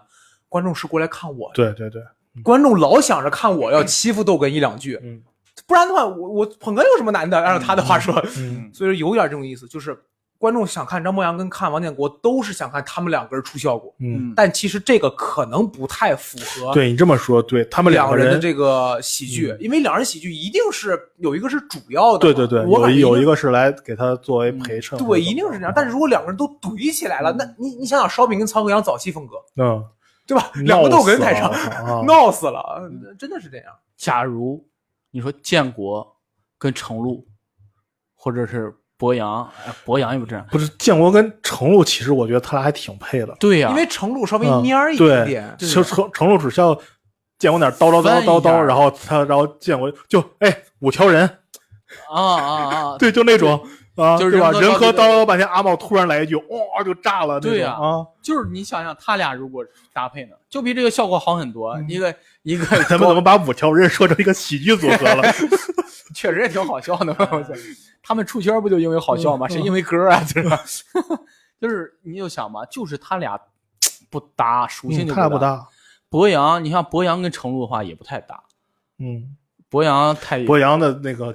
观众是过来看我的，
对对嗯对，
观众老想着看我要欺负逗哏一两句，
嗯
不然的话，我我捧哏有什么难的？按照他的话说，
嗯
所以说有点这种意思，就是观众想看张博洋跟看王建国，都是想看他们两个人出效果。
嗯。
嗯，
但其实这个可能不太符合
对你这么说，对他们个
两个人的
人，嗯
这个喜剧，因为两人喜剧一定是有一个是主要的嘛，
对对对，有
我感觉
有
定
一个是来给他作为陪衬或者怎么
对，
样，
一定是这样。但是如果两个人都怼起来了，那你你想想，烧饼跟曹克阳早期风格，
嗯，
对吧？ (laughs) 两个
闹
逗哏
死
台
了
上， (laughs)
啊
闹死了，真的是这样。
假如你说建国跟程璐，或者是博洋，哎博洋也不这样，
不是建国跟程璐，其实我觉得他俩还挺配的，
对呀、
因为程璐稍微
嗯
蔫儿一
对
点点，
就程程璐只需要建国那儿叨叨叨叨
翻
叨，
一下
然后他然后建国就哎五条人，
啊啊啊，
对，就那种啊，
就是
对吧？
人
人和
和叨叨
叨叨半天，阿茂突然来一句，哇就炸了那种，
对呀
啊，
就是你想想他俩如果搭配呢，就比这个效果好很多。啊一个一个
嗯咱们
高
怎么把五条人说成一个喜剧组合
(laughs)
了？
确实也挺好笑
(laughs)
的，我操！他们出圈不就因为好笑
嗯
吗？是因为歌啊，就
(laughs)
是吧，就是你就想吧，就是他俩不搭，属性
嗯
就
他俩不。搭，
博洋，你像博洋跟程璐的话也不太搭，
嗯，
博洋太
博洋的那
呃
个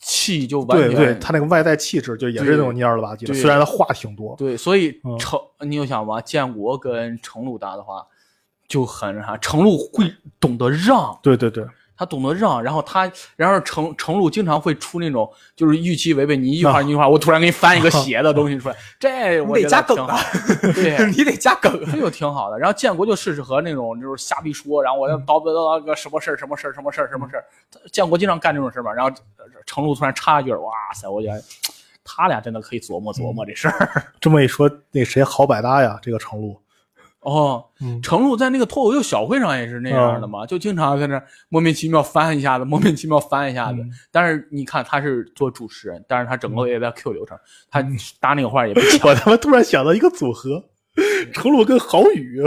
气就完全
对对，他那个外在气质就也是那种蔫儿了吧唧的，
对
虽然他话挺多，
对，所以
嗯
程，你就想吧，建国跟程璐搭的话就很啥，程璐会懂得让，
对对对，
他懂得让，然后他，然后程程璐经常会出那种就是预期违背，你一句话
啊
一句话，我突然给你翻
(laughs)
一个邪的东西出来，这我
你
觉
得加
挺
梗
好
啊， (laughs)
对。
你得加梗。
这就挺好的，然后建国就适合那种就是瞎逼说，然后我
嗯
就叨叨叨叨个什么事儿什么事儿什么事儿什么事儿，建国经常干这种事儿嘛。然后呃程璐突然插一句，哇塞，我觉得他俩真的可以琢磨
嗯
琢磨这事儿。
这么一说，那谁好百搭呀？这个程璐，
哦，
嗯
程璐在那个脱口秀小会上也是那样
嗯
的嘛，就经常在那儿莫名其妙翻一下子，莫名其妙翻一下子。
嗯
但是你看他是做主持人，但是他整个也在 Q 流程，他
嗯
搭那个话也不巧。
我他妈突然想到一个组
(laughs)
合，程璐跟郝宇， (laughs)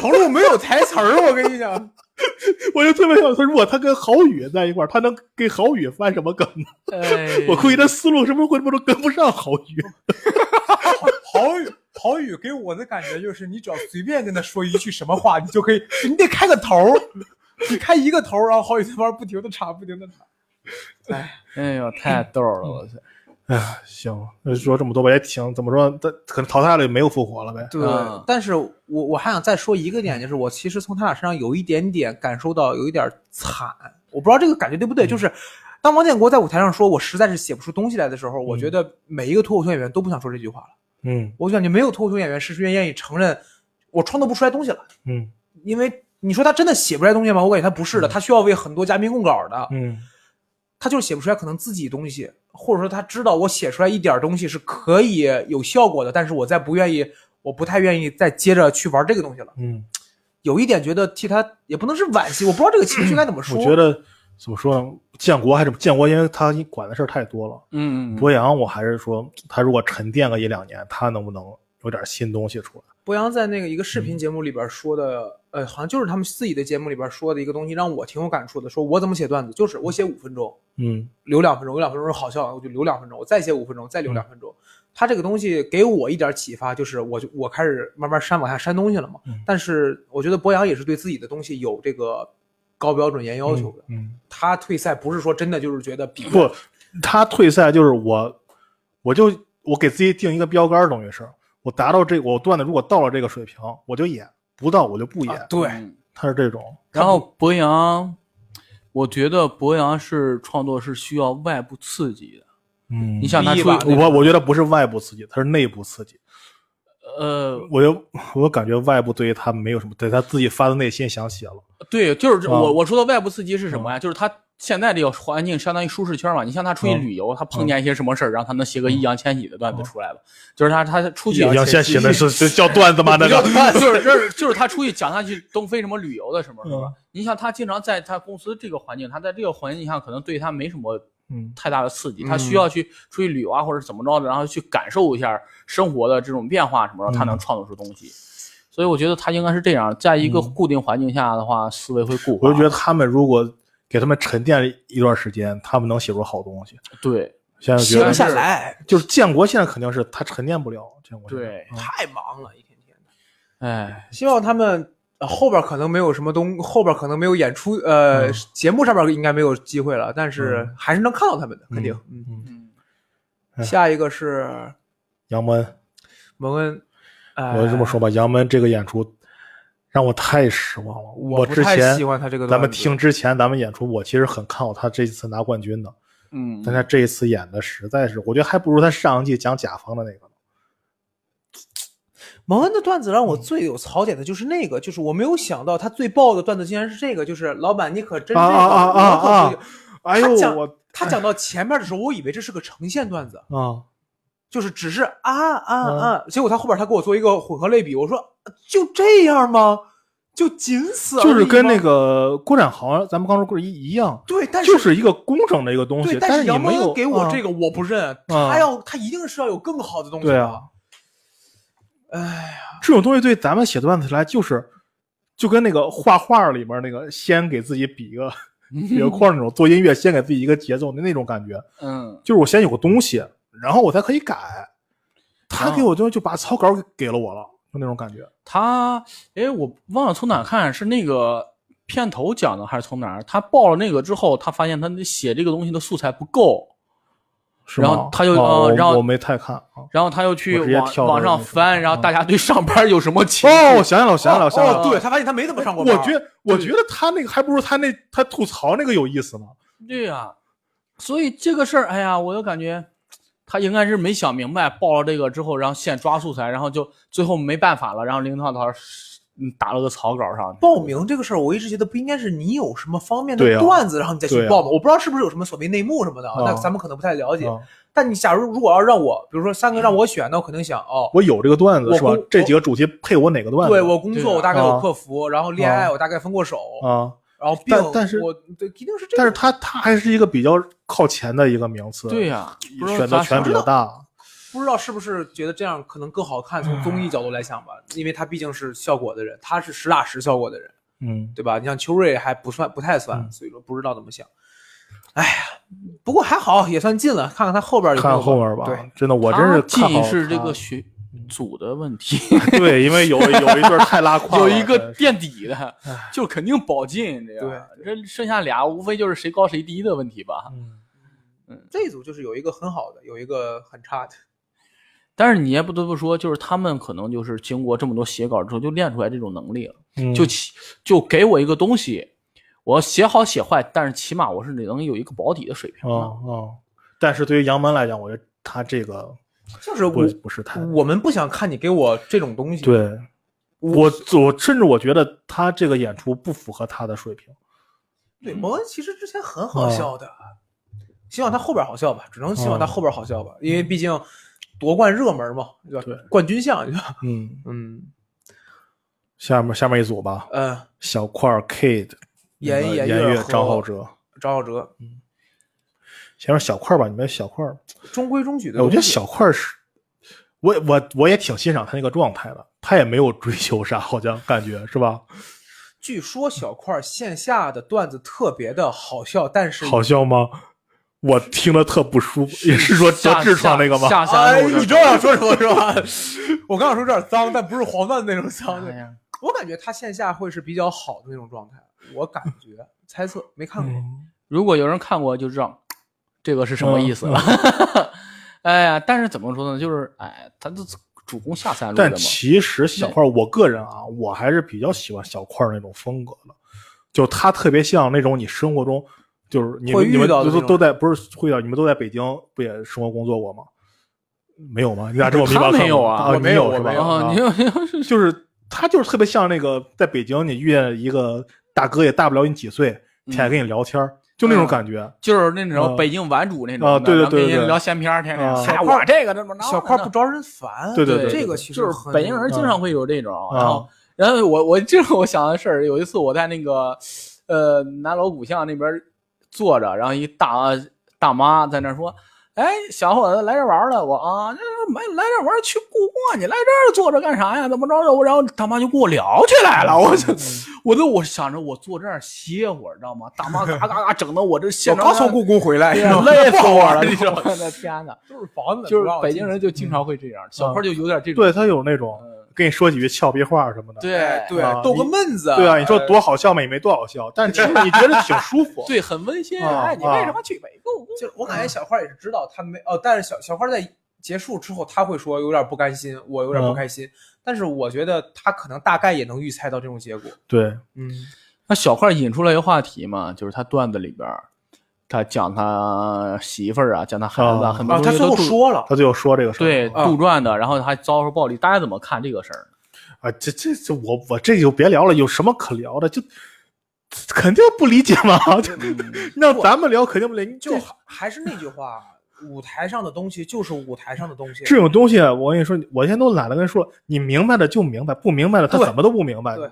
程璐没有台词儿，我跟你 (laughs) 讲，
我就特别想说，如果他跟郝宇在一块儿，他能给郝宇翻什么梗呢？
哎
(laughs) 我估计他思路是不是会不会跟不上郝宇？
郝宇。郝宇给我的感觉就是，你只要随便跟他说一句什么话，你就可以，你得开个头儿，你开一个头儿，然后郝宇在旁边不停的插，不停的插。
哎
嗯
哎呦，太逗了，我操！
哎，行，那说这么多吧，也挺怎么说，他可能淘汰了也没有复活了呗。
对，
嗯
但是我我还想再说一个点，就是我其实从他俩身上有一点点感受到有一点惨，我不知道这个感觉对不对，就是。当王建国在舞台上说“我实在是写不出东西来”的时候，我觉得每一个脱口秀演员都不想说这句话了。
嗯
我感觉没有脱口秀演员是愿愿意承认我创作不出来东西了，
嗯
因为你说他真的写不出来东西吗？我感觉他不是的，他需要为很多嘉宾供稿的，
嗯
他就是写不出来可能自己东西，或者说他知道我写出来一点儿东西是可以有效果的，但是我再不愿意，我不太愿意再接着去玩这个东西了。
嗯，
有一点觉得替他也不能是惋惜，我不知道这个情绪该怎么说。
我觉得怎么说呢？建国还是建国，因为他管的事儿太多了。
嗯嗯，
博洋，我还是说，他如果沉淀个一两年，他能不能有点新东西出来？
博洋在那个一个视频节目里边说的，呃，好像就是他们自己的节目里边说的一个东西，让我挺有感触的。说我怎么写段子，就是我写五分钟，
嗯
留两分钟，留两分钟是好笑，我就留两分钟，我再写五分钟，再留两分钟。他这个东西给我一点启发，就是我就我开始慢慢删往下删东西了嘛。
嗯
但是我觉得博洋也是对自己的东西有这个高标准、严要求的。
嗯，
他退赛不是说真的就是觉得比
不，他退赛就是我，我就我给自己定一个标杆儿，等于是我达到这个，我段子如果到了这个水平，我就演；不到我就不演。
啊对，
嗯
他是这种，
然后博洋，我觉得博洋是创作是需要外部刺激的。
嗯
你想他
逼
出
吧那
我我觉得不是外部刺激，他是内部刺激。
呃，
我就我感觉外部对于他没有什么，对他自己发自内心想写了。
对，就是这
啊
我我说的外部刺激是什么呀？就是他现在这个环境相当于舒适圈嘛。你像他出去
嗯
旅游，他碰见一些什么事儿，然后他能写个易烊千玺的段子出来吧？就是他他出去
啊易烊千玺那
(laughs)
是这叫段子吗？那
就
个
是就是就是就是他出去讲他去东非什么旅游的什么什么
嗯。
你想他经常在他公司这个环境，他在这个环境下可能对他没什么
嗯
太大的刺激，
嗯
他需要去出去旅游啊，或者怎么着的，然后去感受一下生活的这种变化什么的，他能
嗯
创作出东西。所以我觉得他应该是这样，在一个固定环境下的话，思维会固
嗯
化。
我就觉得他们如果给他们沉淀一段时间，他们能写出好东西。
对，
现在觉
停
得
不下
是
来，
就是嗯建国现在肯定是他沉淀不了，建国现在
对
嗯
太忙了，一天天的。
哎，
希望他们、呃后边可能没有什么东，后边可能没有演出，呃，
嗯
节目上边应该没有机会了，但是
嗯
还是能看到他们的，肯定。嗯，
嗯，
哎
下一个是
杨门，
蒙恩，呃、
我就这么，说吧，杨门这个演出让我太失望了。
我不
之
太
前
喜欢他这个段子
咱们听之前咱们演出，我其实很看好他这次拿冠军的，
嗯，
但他这一次演的实在是，我觉得还不如他上一季讲甲方的那个呢。
蒙恩的段子让我最有槽点的就是那个，就是我没有想到他最爆的段子竟然是这个，就是老板你可真
啊
这个
啊啊啊
我可不
啊哎
他
呦
讲
我
他讲到前面的时候，我以为这是个呈现段子，
啊，
就是只是啊啊啊，结果他后边他给我做一个混合类比，我说就这样吗？就仅此而已吗
就是跟那个郭展豪，咱们刚说过一一样，
对，但是、
就是一个工整的一个东
对
西，，
但
但你
杨
没有嗯
蒙给我这
个，
个我不认，
啊
他要他一定是要有更好的东西
对
的
啊。
哎呀，
这种东西对咱们写段子来就是，就跟那个画画里面那个先给自己比一
(laughs)
个比个框那种，做音乐先给自己一个节奏的那种感觉，
嗯，
就是我先有个东西，然后我才可以改。他
啊
给我就就把草稿给给了我了，就那种感觉。
他哎，我忘了从哪看，是那个片头讲的还是从哪儿？他报了那个之后，他发现他写这个东西的素材不够，
是吗
然后他就
哦
呃
我
然后
我没太看啊。
然后他又去
我直接
网
跳到
网上
那嗯个
翻，然后大家对上班有什么情绪？
哦，我想起来了，我想起来了，我想起来了。
哦，对他发现他没怎么上过
我
班儿，
觉得我觉得他那个还不如他那他吐槽那个有意思呢。
对呀、所以这个事儿，哎呀，我就感觉他应该是没想明白，报了这个之后，然后现抓素材，然后就最后没办法了，然后林涛涛嗯打了个草稿上去。
报名这个事儿，我一直觉得不应该是你有什么方面
对
的
啊
段子，然后你再去
对啊
报吗？我不知道是不是有什么所谓内幕什么的，
啊
那咱们可能不太了解。
啊
但你假如如果要让我，比如说三个让我选，那我肯定想哦，
我有这个段子
我
是吧
公？
这几个主题配我哪个段子？
对我工作
对啊
我大概有
嗯啊
客服，然后恋爱
啊
我大概分过手，
啊，
然后病
但但是
我对一定是这
但是
个。
他他还是一个比较靠前的一个名次，
对呀、不知道
选
咋
择权
想
比较大。
不知道是不是觉得这样可能更好看，从综艺角度来讲吧，因为他毕竟是效果的人，他是实打实效果的人，
(laughs) 嗯，
对吧？你像秋瑞还不算，不太算，
嗯
所以说不知道怎么想。哎呀，不过还好，也算进了，看看他后边有没有
看后面吧
对，，
真的我真是看
仅
好
是这
他
个学组的问题，
对，因为有有一对儿太拉胯了，
(laughs) 有一个
真是
垫底的，就肯定保进这样。这剩下俩无非就是谁高谁低的问题吧。
嗯
嗯，
这一组就是有一个很好的，有一个很差的。
但是你也不得不说，就是他们可能就是经过这么多写稿之后，就练出来这种能力了，
嗯
就起就给我一个东西，我写好写坏，但是起码我是能有一个保底的水平的。
哦哦，但是对于杨门来讲，我觉得他这个
就是
不
我
不是
嗯
太
我们不想看你给我这种东西。，
对。我我甚至我觉得他这个演出不符合他的水平，
对，蒙恩其实之前很好笑的，啊希望他后边好笑吧，只能希望他后边好笑吧，因为毕竟夺冠热门嘛，对吧？
对
冠军相，对吧？
嗯，
嗯
下面下面一组吧，
(laughs) 呃，
小块儿 Kid，
严
那个
严
严
悦
悦、
和
张浩哲，
张浩哲
先说小块儿吧，你们小块儿，
中规中矩的
我
东
觉
西，
得小块儿是，我我我也挺欣赏他那个状态的，他也没有追求啥，好像感觉是吧？
据说小块儿线下的段子特别的好笑，但是
好笑吗？我听了特不舒服，也是说得痔疮那个吗？
下下下
哎，
路
你知道我要说什么是吧？ (laughs) 我刚想说有点脏，但不是黄段子那种脏。
哎
对
呀
我感觉他线下会是比较好的那种状态，我感觉猜测没看过。
嗯
如果有人看过就知道这个是什么意思了。
嗯
(laughs) 哎呀，但是怎么说呢？就是哎，他这主攻下三路的
但
嘛。
其实小块儿，我个人啊，我还是比较喜欢小块儿那种风格的，就他特别像那种你生活中，就是你
会
们你
遇
们
到的
都
那种
都在不是会到你们都在北京不也生活工作过吗？没有吗？你俩这么迷茫
他
看过吗，
没有啊
你
我没有
是吧
我没有
然后
啊
你又你又 (laughs)
就是他就是特别像那个在北京，你遇见一个大哥也大不了你几岁，
嗯
天天跟你聊天儿，就那种感觉。
就是那种
啊
北京顽主那种的，
啊对对
然后
对
跟
对
人
对
聊闲篇儿，天天
啊
嗨
小块
哎我这个这么
小块儿不招人烦，
对对
对
这个其实
就是
很
北京人经常会有这种，
嗯
然后然后我我这是我想的事儿，有一次我在那个呃南锣鼓巷那边坐着，然后一大大妈在那说。哎，小伙子来这玩儿了，我啊，这没来这玩儿去故宫，你来这儿坐着干啥呀？怎么着的？我然后大妈就跟我聊起来了，我
嗯
就， (laughs) 我都我想着我坐这儿歇会儿，知道吗？大妈嘎嘎嘎整的我这现
我
场
刚从故宫回来，
对
你
哎
知
呀
道吗
累死
不好
我
(laughs) 玩
(laughs)
了，
你
你
知
知
道
道吗
吗？？
我的天哪！
都是房子，
就
不
是
让我
北
进
京
去
人就经常会这样，小块儿就有点这种。
对他有那种
嗯
跟你说几句俏皮话什么的。
对。
对
啊
逗个
你
闷子，
对啊，你说
呃
多好笑嘛，也没多好笑，但其实你觉得挺舒服
(laughs) 对，很温馨。
啊
哎，你为什么去北故宫？
就是我感觉小块儿也是知道他没哦，但是小小块儿在结束之后，他会说有点不甘心，我有点
嗯
不开心。但是我觉得他可能大概也能预猜到这种结果。
对，
嗯，
那小块儿引出来一个话题嘛，就是他段子里边儿，他讲他媳妇儿啊，讲他孩子啊，
啊
很多
啊，
东
他
西
最
都
后
杜
说了，
他最后说这个事儿。
对
啊
杜撰的，然后他遭受暴力，大家怎么看这个事儿？
啊，这这这，我我这就别聊了，有什么可聊的？就肯定不理解嘛，就
嗯
(laughs) 让咱们聊肯定不理解。
就
这
还还是那句话，舞台上的东西就是舞台上的东西。
这种东西，我跟你说，我现在都懒得跟你说，你明白的就明白，不明白的他
对
怎么都不明白。
对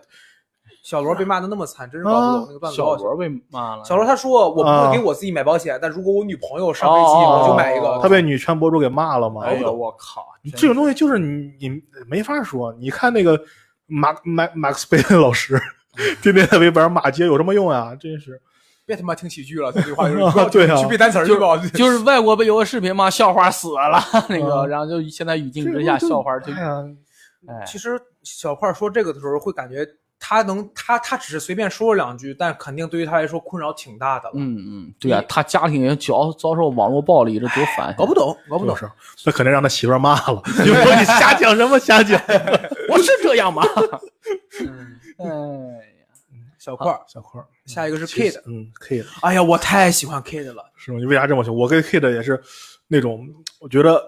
小罗被骂的那么惨，真是搞不懂
啊
那个段子搞
小
不懂。
罗被骂了，
小罗他说我不
啊
会给我自己买保险，但如果我女朋友上飞机，
哦
我就买一个。
他被女权博主给骂了嘛？
哎呦我靠，
这种东西就是你你没法说。你看那个马马马克思贝恩老师，天天在微博上骂街，有什么用啊？真是
别他妈听喜剧了，这句话就是
对啊
去背单词儿
就
去吧。
是就是外国不有个视频嘛，校花死了 (laughs) 那个，
啊
然后就现在语境
这
之
个
下，
就
校花就
哎呀，
哎
(laughs) 其实小块说这个的时候，会感觉他能，他他只是随便说了两句，但肯定对于他来说困扰挺大的了。，
嗯嗯，对啊，他家庭也遭遭受网络暴力，这多烦！
搞不懂，搞不懂
就。是那肯定让他媳妇儿骂了， (laughs) 就说你瞎讲什么瞎
(laughs)
讲。
我是这样吗？嗯， (laughs) 哎呀，
小块儿，
小块儿
下一个是 Kid。
嗯，Kid
哎呀，我太喜欢 Kid 了。
是吗？你为啥这么喜欢？我跟 Kid 也是那种，我觉得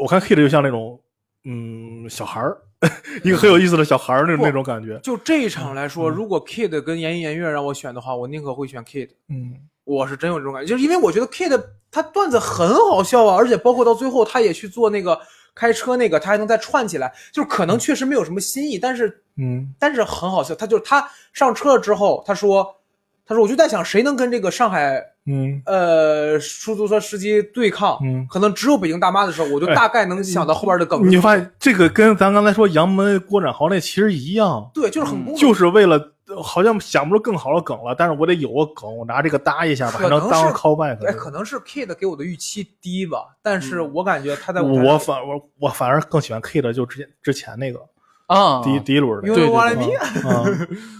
我看 Kid 就像那种嗯小孩儿， (laughs) 一个很有意思的小孩儿那种
不
那种感觉。
就这一场来说，如果 Kid 跟言一言月让我选的话，我宁可会选 Kid。
嗯，
我是真有这种感觉，就是因为我觉得 Kid 他段子很好笑啊，而且包括到最后他也去做那个开车那个，他还能再串起来，就是可能确实没有什么新意，但是
嗯，
但是很好笑。他就是他上车了之后，他说，他说我就在想谁能跟这个上海
嗯，
呃出租车司机对抗，
嗯
可能只有北京大妈的时候，我就
哎
大概能想到后边的梗。
你就发现这个跟咱刚才说杨门郭展豪那其实一样，
对，就是很公
嗯
平，
就是为了呃好像想不出更好的梗了，但是我得有个梗，我拿这个搭一下吧，
可
还
能
能当个
是
callback
哎，
这个。
可能是 Kid 给我的预期低吧，但是我感觉他在舞台上
我反我我反而更喜欢 K 的，就之前之前那个，
啊，
第一第一轮的
因
对
为
对
我来
对
比，
啊，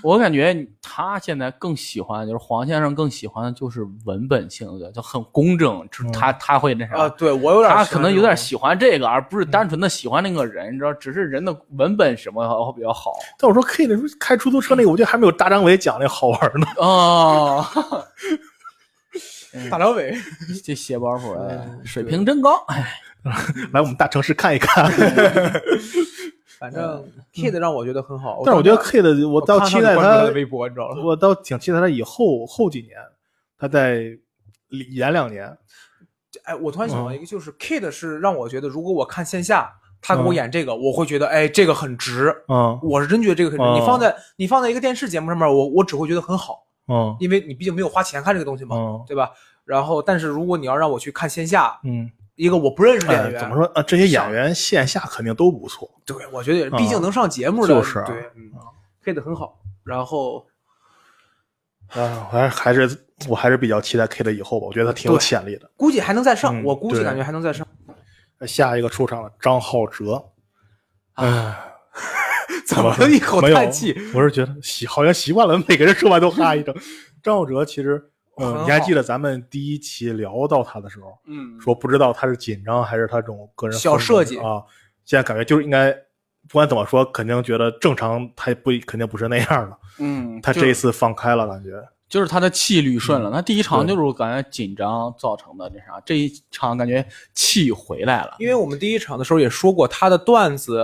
我感觉他现在更喜欢，就是黄先生更喜欢的就是文本性的，就很工整，就是他、他会那啥。
啊，对我有点
他
儿
可嗯能有点
喜
喜欢这个，嗯而不是单纯的喜欢那个人，你知道，只是人的文本什么会比较 (laughs) 好。
但我说 K 那时候开出租车那个，我觉得还没有大张伟讲那好玩呢。
哦，
欢大张伟，
这鞋包袱，
呃
哎，水平真高。哎，
来我们大城市看一看。 (laughs)
反正 Kid 让我觉得很
呃
好，
嗯但是我觉得
当时
K 的，我倒
看
期
你
待
关注
他
的，微博，你知道吗？
我倒挺期待他以后后几年，他再演两年。
哎，我突然
嗯
想到一个，就是 Kid 是让我觉得，如果我看线下，他给我
嗯
演这个，我会觉得哎，这个很值。
嗯
我是真觉得这个很值。你
哦
放在你放在一个电视节目上面，我我只会觉得很好，
嗯
因为你毕竟没有花钱看这个东西嘛，
嗯
对吧？然后，但是如果你要让我去看线下，
嗯，
一个我不认识的演
哎，
员，
怎么说啊？这些演员线下肯定都不错。
对，我觉得也是毕竟能上节目
嗯
的，
就是啊
对，嗯，Kid 很好。然后
啊，我还还是我还是比较期待 K 的以后吧，我觉得他挺有
对
潜力的。
估计还能再上，
嗯
我估计
对
感觉还能再上。
下一个出场的张浩哲，哎，
怎么了？一口
没有
叹气？，
我是觉得习好像习惯了，每个人说完都哈一声。 (laughs) 张浩哲其实，
很好
嗯，你还记得咱们第一期聊到他的时候，
嗯，
说不知道他是紧张还是他这种个人
小
风格
设计
啊？现在感觉就是应该，不管怎么说，肯定觉得正常，他也不肯定不是那样的。
嗯，
他
就
这一次放开了，感觉
就是他的气捋顺
嗯
了。他第一场
对
就是我感觉紧张造成的那啥，这一场感觉气回来了。
因为我们第一场的时候也说过，他的段子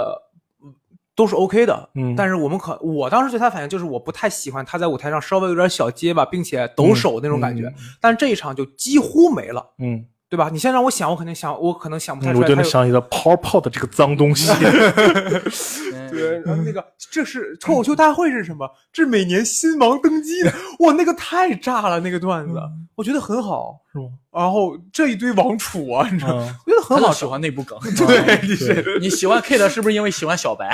嗯都是 OK 的，
嗯
但是我们可我当时对他反应就是我不太喜欢他在舞台上稍微有点小结巴，并且抖手那种感觉，
嗯
但是这一场就几乎没了，
嗯，
对吧？你现在让我想，我肯定想，我可能想不太出
我
来
就
他
能
有。
想起了泡泡的这个脏东
(laughs)
西。
哎
对，然后那
嗯
个这是脱口秀大会是什么？这是每年新王登基的，哇，那个太炸了，那个段子，
嗯
我觉得很好。
是吗？
然后这一堆王储啊，你知道，
嗯，
我觉得
他
很
就
好
喜
笑。
欢内部梗。
(laughs) 对， (laughs) 你是
你喜欢 K 的是不是因为喜
(laughs)
欢小白？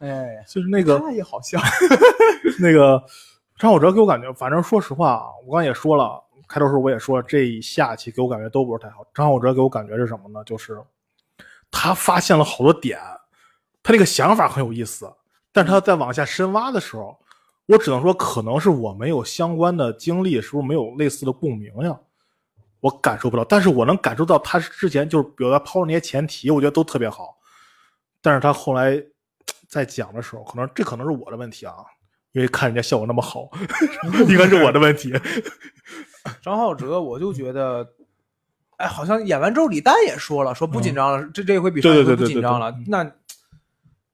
哎，
就是那个
他也好笑。
(laughs) 那个张小哲给我感觉，反正说实话啊，我刚才也说了，开头时候我也说了，这一下期给我感觉都不是太好。张小哲给我感觉是什么呢？就是他发现了好多点，他那个想法很有意思，但是他在往下深挖的时候，我只能说可能是我没有相关的经历，是不是没有类似的共鸣呀？我感受不到，但是我能感受到他之前就是，比如他抛的那些前提，我觉得都特别好，但是他后来在讲的时候，可能这可能是我的问题啊，因为看人家效果那么好，应该是我的问题。
张浩哲，我就觉得，哎，好像演完之后，李诞也说了，说不紧张了，这这回比上
嗯
一
对
回
对对
不
对
紧张了
对对。
那，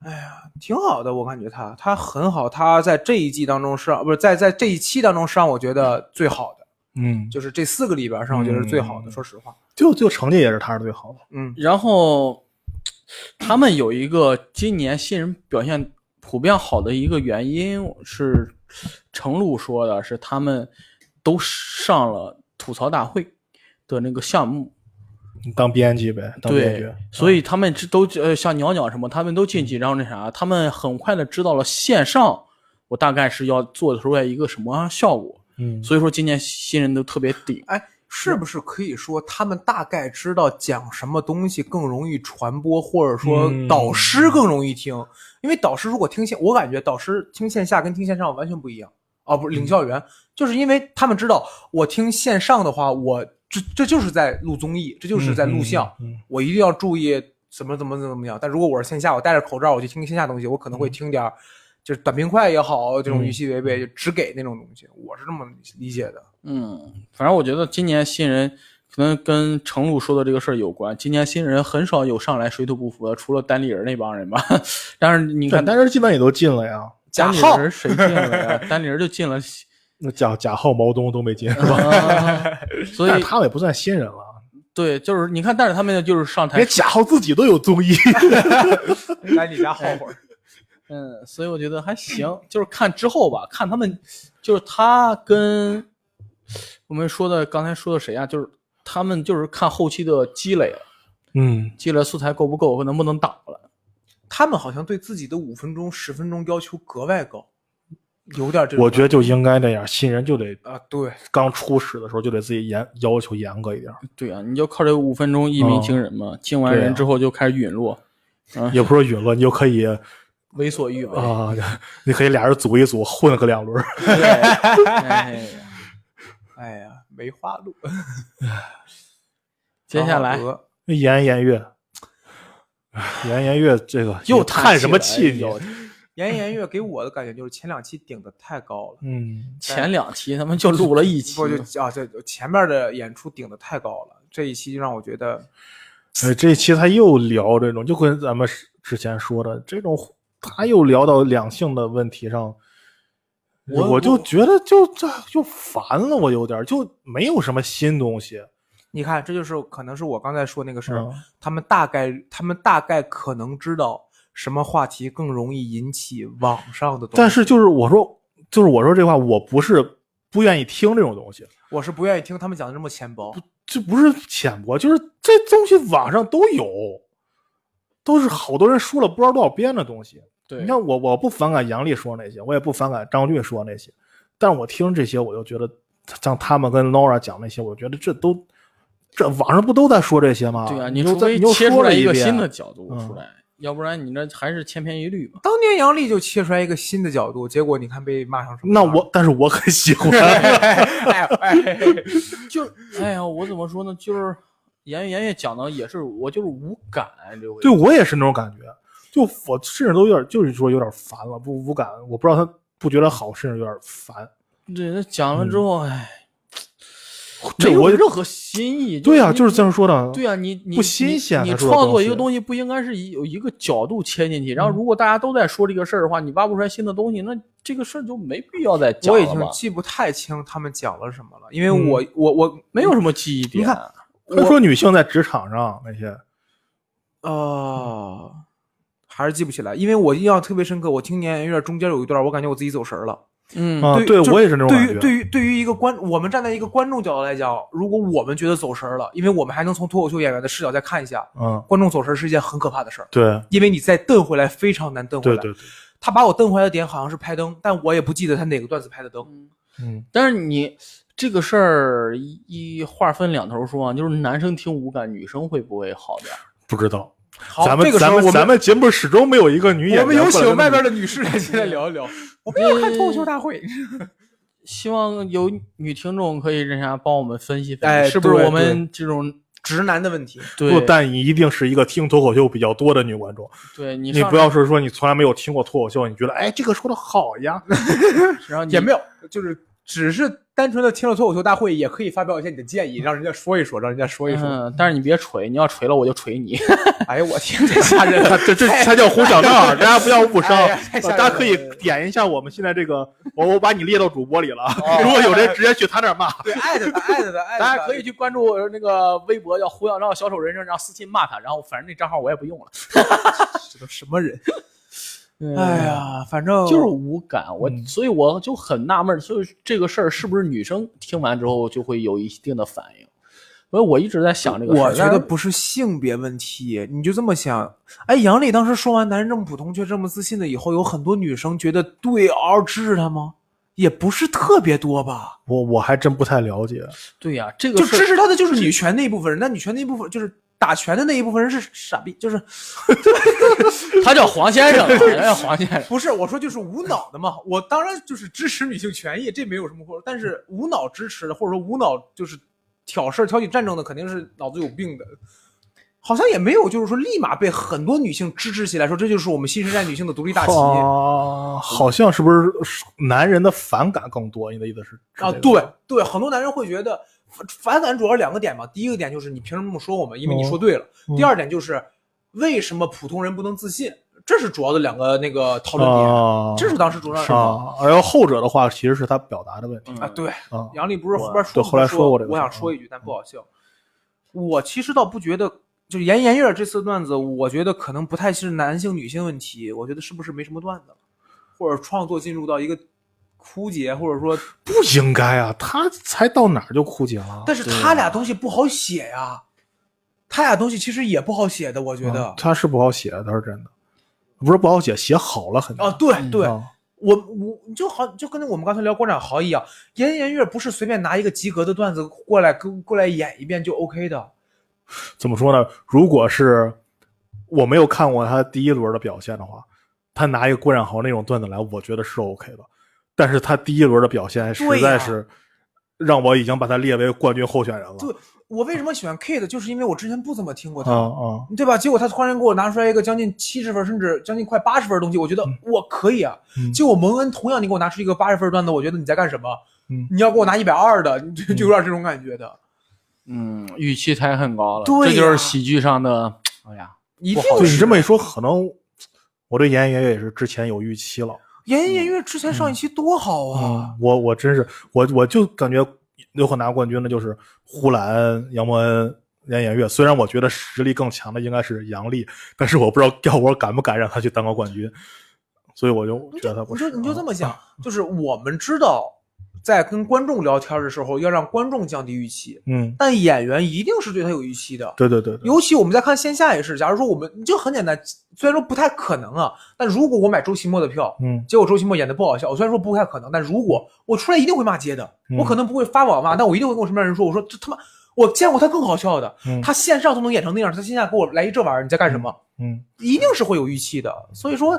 哎呀，挺好的，我感觉他他很好，他在这一季当中是让不是在在这一期当中是让我觉得最好的，
嗯，
就是这四个里边儿是让我觉得是最好的。
嗯
说实话，
就就成绩也是他是最好的。
嗯，
然后他们有一个今年新人表现普遍好的一个原因是，程璐说的是他们都上了吐槽大会的那个项目，
你当编辑呗，当编
对
剧。，啊嗯
所以他们这都呃像鸟鸟什么，他们都晋级，然后那啥，他们很快的知道了线上我大概是要做出来一个什么样的效果，
嗯，
所以说今年新人都特别顶。
哎，是不是可以说他们大概知道讲什么东西更容易传播，或者说
嗯
导师更容易听？因为导师如果听线，我感觉导师听线下跟听线上完全不一样。哦，不是
嗯
领校园，就是因为他们知道我听线上的话，我这这就是在录综艺，这就是在录像，
嗯，
我一定要注意怎么怎么怎么样。但如果我是线下，我戴着口罩我去听线下东西，我可能会听点儿。就是短平快也好，这种
嗯
预期违背就只给那种东西，我是这么理解的。
嗯，反正我觉得今年新人可能跟程璐说的这个事儿有关。今年新人很少有上来水土不服的，除了单立人那帮人吧。 (laughs) 但是你
你
看
看，，但是基本也都进了呀。
贾
单立
浩
人谁进了 (laughs) 呀？单立人就进了，
(laughs) 那贾贾浩、毛东都没进是吧？
啊所
但是
以
他们也不算新人了，
对，就是你看，但是他们就是上台
连，贾浩自己都有综艺。
来你家耗 (laughs) 会儿。
嗯，所以我觉得还行，就是看之后吧，看他们，就是他跟我们说的刚才说的谁啊，就是他们就是看后期的积累了，
嗯，
积累素材够不够，能不能打了。
他们好像对自己的五分钟、十分钟要求格外高，有点这
(laughs)
种。
我觉得就应该那样，新人就得
啊，对，
刚初始的时候就得自己严要求严格一点，
对啊，你就靠这五分钟一鸣惊人嘛，惊完
哦对啊
人之后就开始陨落。
也不是说陨落，你就可以
为所欲为。
啊，你可以俩人组一组，混个两轮儿。
对， (laughs) 哎呀
哎呀，梅花鹿。
接下来
张小娥
颜颜悦，颜颜悦这个
又
你叹
气
什么
了
气
哎
你？
呦
颜颜悦给我的感觉就是前两期顶的太高了，
嗯，
前两期他们就录了一期，
不就啊，这前面的演出顶的太高了，这一期就让我觉得
呃，这一期他又聊这种，就跟咱们之前说的这种，他又聊到两性的问题上，
我
我就觉得就这就烦了，我有点儿就没有什么新东西。
你看，这就是可能是我刚才说那个事儿，
嗯
他们大概他们大概可能知道什么话题更容易引起网上的东西，
但是就是我说，就是我说这话，我不是不愿意听这种东西，
我是不愿意听他们讲的这么浅薄。
这不是浅薄，就是这东西网上都有，都是好多人说了不知道多少遍的东西。
对，
你看我，我不反感杨笠说那些，我也不反感张俊说那些，但我听这些，我就觉得像他们跟 Laura 讲那些，我觉得这都这网上不都在说这些吗？
对啊，
你
除
又在
非
你又
切出
说
来
了
一
一
个
遍
新的角度
嗯
出来，要不然你那还是千篇一律嘛。
当年杨笠就切出来一个新的角度，结果你看被骂成什么
那
啊
样？
我，但是我很喜
(laughs)
欢 (laughs)
哎哎，
就哎呀，我怎么说呢？就是言言也讲的也是，我就是无感这回。
对我也是那种感觉，就我甚至都有点，就是说有点烦了，不无感，我不知道他不觉得好，甚至有点烦。
对，那讲完之后，哎，
这
没有
嗯我
任何新意。
对
呀、
啊，就是这样说的。
对啊，你你
不新鲜
你你
他说的
创作
东
一个
西
东西不应该是以有一个角度切进去，然后如果大家都在说这个事儿的话，你挖不出来新的东西，那这个事儿就没必要再讲
我已
了
经
吧？
记不太清他们讲了什么了，因为
嗯
我、我我
没有什么记忆点。
你看他说女性在职场上那些，
呃，还是记不起来，因为我印象特别深刻。我听年有点中间有一段，我感觉我自己走神儿了。
嗯，
啊
对，
对
就
我也是那种
对
感
于
觉
对于对于一个观，我们站在一个观众角度来讲，如果我们觉得走神儿了，因为我们还能从脱口秀演员的视角再看一下，
嗯，
观众走神儿是一件很可怕的事儿，
对
因为你再瞪回来非常难瞪回
对
来。
对对，
他把我瞪回来的点好像是拍灯，但我也不记得他哪个段子拍的灯。
嗯，
但是你这个事儿一一划分两头说啊，就是男生听无感，女生会不会好点儿？
不知道。
好，
咱们
这个时
咱
候我
们
们
咱们节目始终没有一个女演员。
我们有请外边
的
的女士来进来聊一嗯聊。我没有看脱口秀大会。
希望有女听众可以认啥帮我们分析分析，
哎
是不是
对
我们这种
直男的问题，
对
不，但你一定是一个听脱口秀比较多的女观众。
对你
你
上
不要是说你从来没有听过脱口秀，你觉得哎这个说的好
(laughs)
呀，
然后你
也没有，就是只是单纯的听了脱口秀大会，也可以发表一些你的建议，让人家说一说，让人家说一说。
嗯，但是你别锤，你要锤了我就锤你。
哎呦，我天，太吓人了！
这这才叫胡小闹，大家不要误伤呃
哎呀太，吓
大
人
家可以
了
点一下我们现在这个，我我把你列到主播里了，
哦
如果有人直接去他那儿骂，
(laughs) 对，艾特他，艾特他，艾特
(laughs) 大
他
家可以去关注那个微博叫胡小照小丑人生，然后私信骂他，然后反正那账号我也不用了。
这都什么人？哎
哎呀。嗯
呀，反正
就是无感，我、所以我就很纳闷儿，所以这个事儿是不是女生听完之后就会有一定的反应？所以我一直在想这个事儿。
我觉
但
得
是
不是性别问题，你就这么想。哎，杨笠当时说完“男人这么普通却这么自信”的以后，有很多女生觉得对嗷支持他吗？也不是特别多吧，
我我还真不太了解，
对呀、这个
就
事儿
支持他的就是女权那一部分人，那女权那一部分就是打拳的那一部分人是傻逼，就是
他叫黄先生，啊他叫黄先生。 (laughs)
不是，我说就是无脑的嘛。我当然就是支持女性权益，这没有什么说。但是无脑支持的，或者说无脑就是挑事儿、挑起战争的，肯定是脑子有病的。好像也没有，就是说立马被很多女性支持起来，说这就是我们新时代女性的独立大旗
啊，好像是不是男人的反感更多？你的意思是
啊！对对，很多男人会觉得反反感主要两个点嘛。第一个点就是你凭什么这么说我们？因为你
哦
说对了。
嗯
第二点就是为什么普通人不能自信？这是主要的两个那个讨论点，
啊，
这是当时主要
是吗？然后后者的话其实是他表达的问题
啊，对。
啊，
杨笠不是
我
后边说
对后来
说
说过这个
我
事儿嗯
想说一句，但不好笑。我其实倒不觉得，就是颜颜悦这次段子，我觉得可能不太是男性女性问题，我觉得是不是没什么段子了，或者创作进入到一个枯竭，或者说，
不应该啊，他才到哪儿就枯竭了？
但是他俩东西不好写呀、他俩东西其实也不好写的，我觉得
啊。他是不好写，他是真的，不是不好写，写好了很难
啊，对对，
啊
我我你就好，就跟我们刚才聊郭展豪一样，颜颜悦不是随便拿一个及格的段子过来跟过来演一遍就 OK 的，
怎么说呢？如果是我没有看过他第一轮的表现的话，他拿一个郭展豪那种段子来，我觉得是 OK 的。但是他第一轮的表现实
对呀
在是让我已经把他列为冠军候选人了。
对我为什么喜欢 Kid，就是因为我之前不怎么听过
啊
他，
啊，
对吧？结果他突然给我拿出来一个将近七十分，甚至将近快八十分的东西，我觉得我可以啊。
嗯
就我蒙恩同样，你给我拿出一个八十分段子，我觉得你在干什么？
嗯
你要给我拿一百二的，你就就有点这种感觉的。
嗯，预期抬很高了，
对呀
这就是喜剧上的，哎呀，
一定
不好
对
是
你这么一说，可能我对严爷也是之前有预期了。
言言
嗯
悦之前上一期多好啊！
我我真是我我就感觉有可拿冠军的就是呼兰、杨博恩、严颜悦。虽然我觉得实力更强的应该是杨丽，但是我不知道要我敢不敢让他去当个冠军，所以我就
你
觉
就
得他不
你
是。啊
就你就这么想，就是我们知道，在跟观众聊天的时候要让观众降低预期，
嗯，
但演员一定是对他有预期的。
对对对对，
尤其我们在看线下也是，假如说我们就很简单，虽然说不太可能啊，但如果我买周奇墨的票，
嗯
结果周奇墨演的不好笑，我虽然说不太可能，但如果我出来一定会骂街的，
嗯
我可能不会发网骂，但我一定会跟我身边人说，我说这他妈我见过他更好笑的，
嗯
他线上都能演成那样，他线下给我来一这玩意儿，你在干什么？
嗯，
一定是会有预期的，所以说。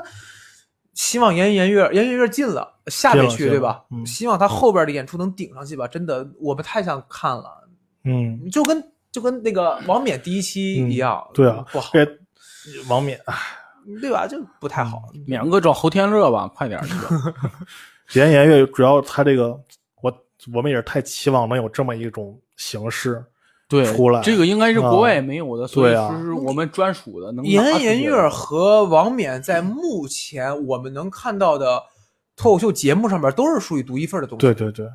希望严严月严严月进了下
进
北
了
区
进
对
了
吧？
嗯
希望他后边的演出能顶上去吧。真的，我们太想看了。
嗯，
就跟就跟那个王冕第一期一样，
对啊
不好，
这王冕、
对吧？就不太好。
嗯
两个找侯天乐吧，
(laughs)
快点儿，这个
严颜悦，主要他这个我我们也是太期望能有这么一种形式。
对，
出来
这个应该是国外也没有的，所以
对啊
是我们专属的，能拿出
严
去
颜悦
的
和王冕在目前我们能看到的脱口秀节目上面都是属于独一份的东西，
对对对，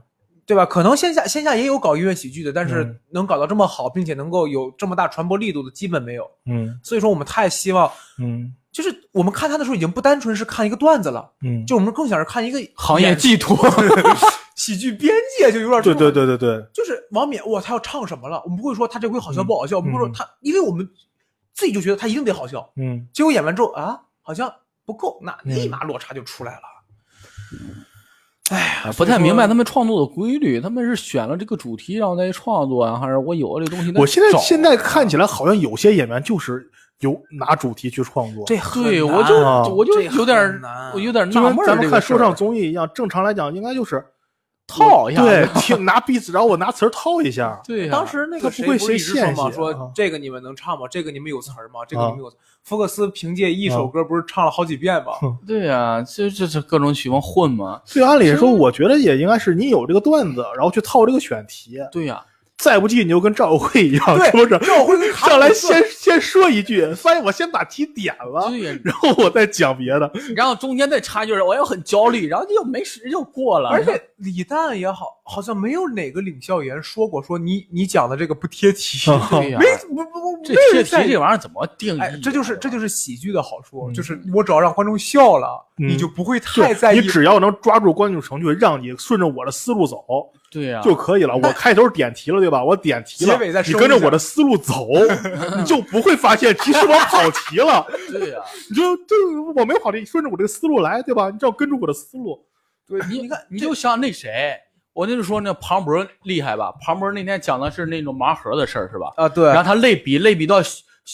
对吧？可能线下线下也有搞音乐喜剧的，但是
嗯
能搞到这么好，并且能够有这么大传播力度的，基本没有。
嗯
所以说，我们太希望，
嗯
就是我们看他的时候，已经不单纯是看一个段子了，
嗯，
就我们更想是看一个
行业
演
寄托，
喜剧边界，就 (laughs) 有点这
对
种
对对对对，
就是王冕，哇，他要唱什么了？我们不会说他这回好笑不好笑，我们不会说
嗯
他，因为我们自己就觉得他一定得好笑。
嗯
结果演完之后啊，好像不够，那
嗯
立马落差就出来了。
哎不太明白他们创作的规律，他们是选了这个主题然后再去创作啊，还是我有了这东西再
我现在
找
现在看起来好像有些演员就是有拿主题去创作，
这很
对
难
我就
啊
我就
这很
有点儿
难啊
我有点儿
就
纳
跟
闷儿
咱
这
们
个
看
事儿
说唱综艺一样，正常来讲应该就是
套一下
对
子，
听 (laughs) 拿币子，然后我拿词儿套一下。
对呀
当时那个
啊他
谁
不会
是一直
谁
说
献
嘛，
血
说
啊
这个你们能唱吗？这个你们有词儿吗？这个
啊
你们有词福克斯凭借一首歌不是唱了好几遍
(laughs)
吗？
对呀，这这这各种曲风混嘛，
所以按理说，我觉得也应该是你有这个段子，然后去套这个选题。
对呀，再
再不济你就跟赵慧一样，
对
是不是？
赵慧跟卡
上来
普
先 (laughs) 先说一句，发现我先把题点了，
对呀，
然后我再讲别的。
然后中间再插一句，我又很焦虑，然后就没时就过了，
而且李诞也好，好像没有哪个领笑员说过说你你讲的这个不贴题，
(laughs)
啊
哦对呀
没，不不不，
这
没
贴
人在
题这玩意儿怎么定义啊？
哎，这就是这就是喜剧的好处，
嗯
就是我只要让观众笑了，
嗯
你就不会太
对
在意。
你只要能抓住观众程序，让你顺着我的思路走
对呀，
就可以了。我开头点题了，对吧？我点题了
啊结尾再，收
你
一
跟着
下
我的思路走，你就不会发现其实我跑题了。
对呀，
你就就我没跑题，顺着我这个思路来，对吧？你只要跟住我的思路，
对，你
你
你看，
你就像那谁，我那就说那庞博厉害吧，庞博那天讲的是那种盲盒的事儿是吧？
啊，对
然，后他类比类比到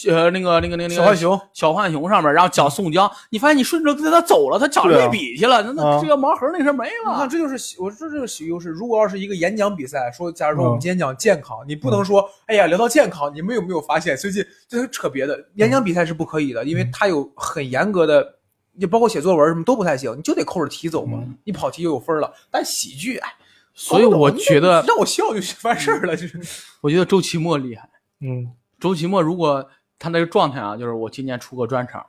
呃那个那个那个那个
小浣熊
小浣熊上面，然后讲宋江，你发现你顺着跟他走了，他讲
对啊
类比去了，那那
啊
这个盲盒那事儿没
你看
了。
这就是喜，我说这就是喜剧优势。如果要是一个演讲比赛，说假如说
嗯
我们今天讲健康，你
嗯
不能说哎呀聊到健康，你们有没有发现最近这是扯别的？演
嗯
讲比赛是不可以的，因为它有很严格的。就包括写作文什么都不太行，你就得扣着题走嘛，你跑题就有分了。但喜剧，哎，
嗯所以我
搞不懂
觉得嗯
你让我笑就完事儿了，就是
我觉得周奇墨厉害。
嗯
周奇墨如果他那个状态啊，就是我今年出个专场，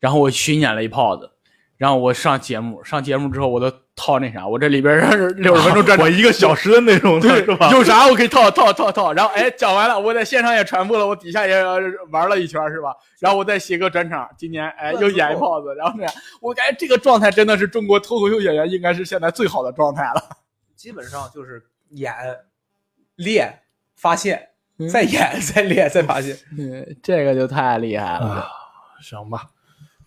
然后我巡演了一炮子，然后我上节目，上节目之后我都套那啥，我这里边 (laughs) 六十分钟专场
我。一个小时的内容呢，是吧？
有啥我可以套套套套，然后哎讲完了，我在线上也传播了，我底下也呃玩了一圈是吧？然后我再写个转场，今年哎又演一炮子，然后这样，我感觉这个状态真的是中国脱口秀演员应该是现在最好的状态 (laughs) 了。
基本上就是演、练、发现
嗯，
再演、再练、再发现。
嗯，这个就太厉害了。
啊，行吧，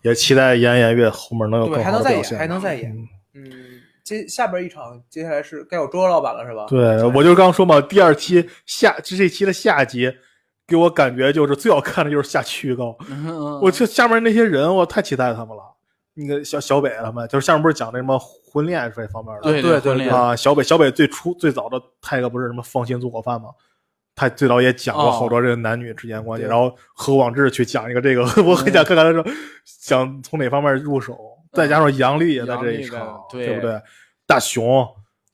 也期待严颜悦后面能有
对，
更
还
好
能
的
再
表
演，还
现。
能再演。嗯，接下边一场，接下来是该有周老板了，是吧？
对，我就刚说嘛，第二期下这这期的下集，给我感觉就是最好看的就是下去高，
嗯
我这下面那些人，我太期待他们了。那个小小北他们，就是下面不是讲那什么婚恋这方面的，
对
对对
婚恋
啊，小北小北最初最早的泰哥不是什么放心做伙饭吗？他最早也讲过
哦
好多这个男女之间关系，
对
然后何广智去讲一个这个，我
嗯
很想看看他说想从哪方面入手，再加上杨笠也在这一场，
杨笠的对
不对？大熊，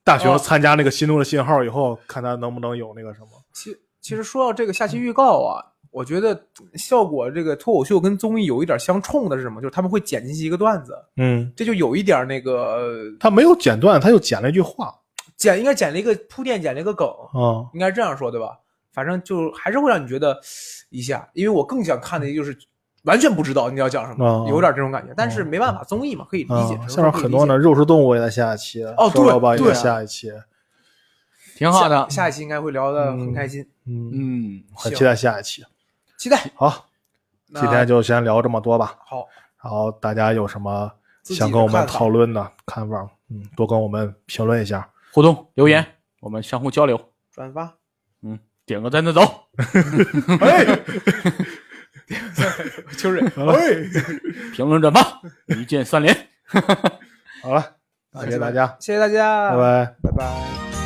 大熊
哦
参加那个心中的信号以后，看他能不能有那个什么，
其其实说到这个下期预告啊，我觉得效果这个脱口秀跟综艺有一点相冲的是什么？就是他们会剪进去一个段子，
嗯，
这就有一点那个呃
他没有剪断，他就剪了一句话
剪，应该剪了一个铺垫，剪了一个梗，
啊，
应该这样说对吧？反正就还是会让你觉得嘶一下，因为我更想看的就是完全不知道你要讲什么，
哦
有点这种感觉。但是没办法，综艺嘛，可以理
啊
解。只
下面
能说可以
很
理
多
解
呢，，肉食动物也在下一期，
哦
瘦
对
老板也
对
在
啊
下一期，
挺好的
下。下一期应该会聊得很开心，
嗯，
嗯，
很
行
期待下一期。
期待。
好，
那
今天就先聊这么多吧。
好，
然后大家有什么
自己
想跟我
的
们
看法
讨论的看法，嗯，多跟我们评论一
(laughs)
下。
互动留言，我们相互交流。
转发，
嗯，点个赞再走。
(laughs) 哎，
(laughs) 就是哎
评论转发，一键三连。
(laughs)
好了，谢谢大家，
谢谢大家，
拜拜。
拜拜。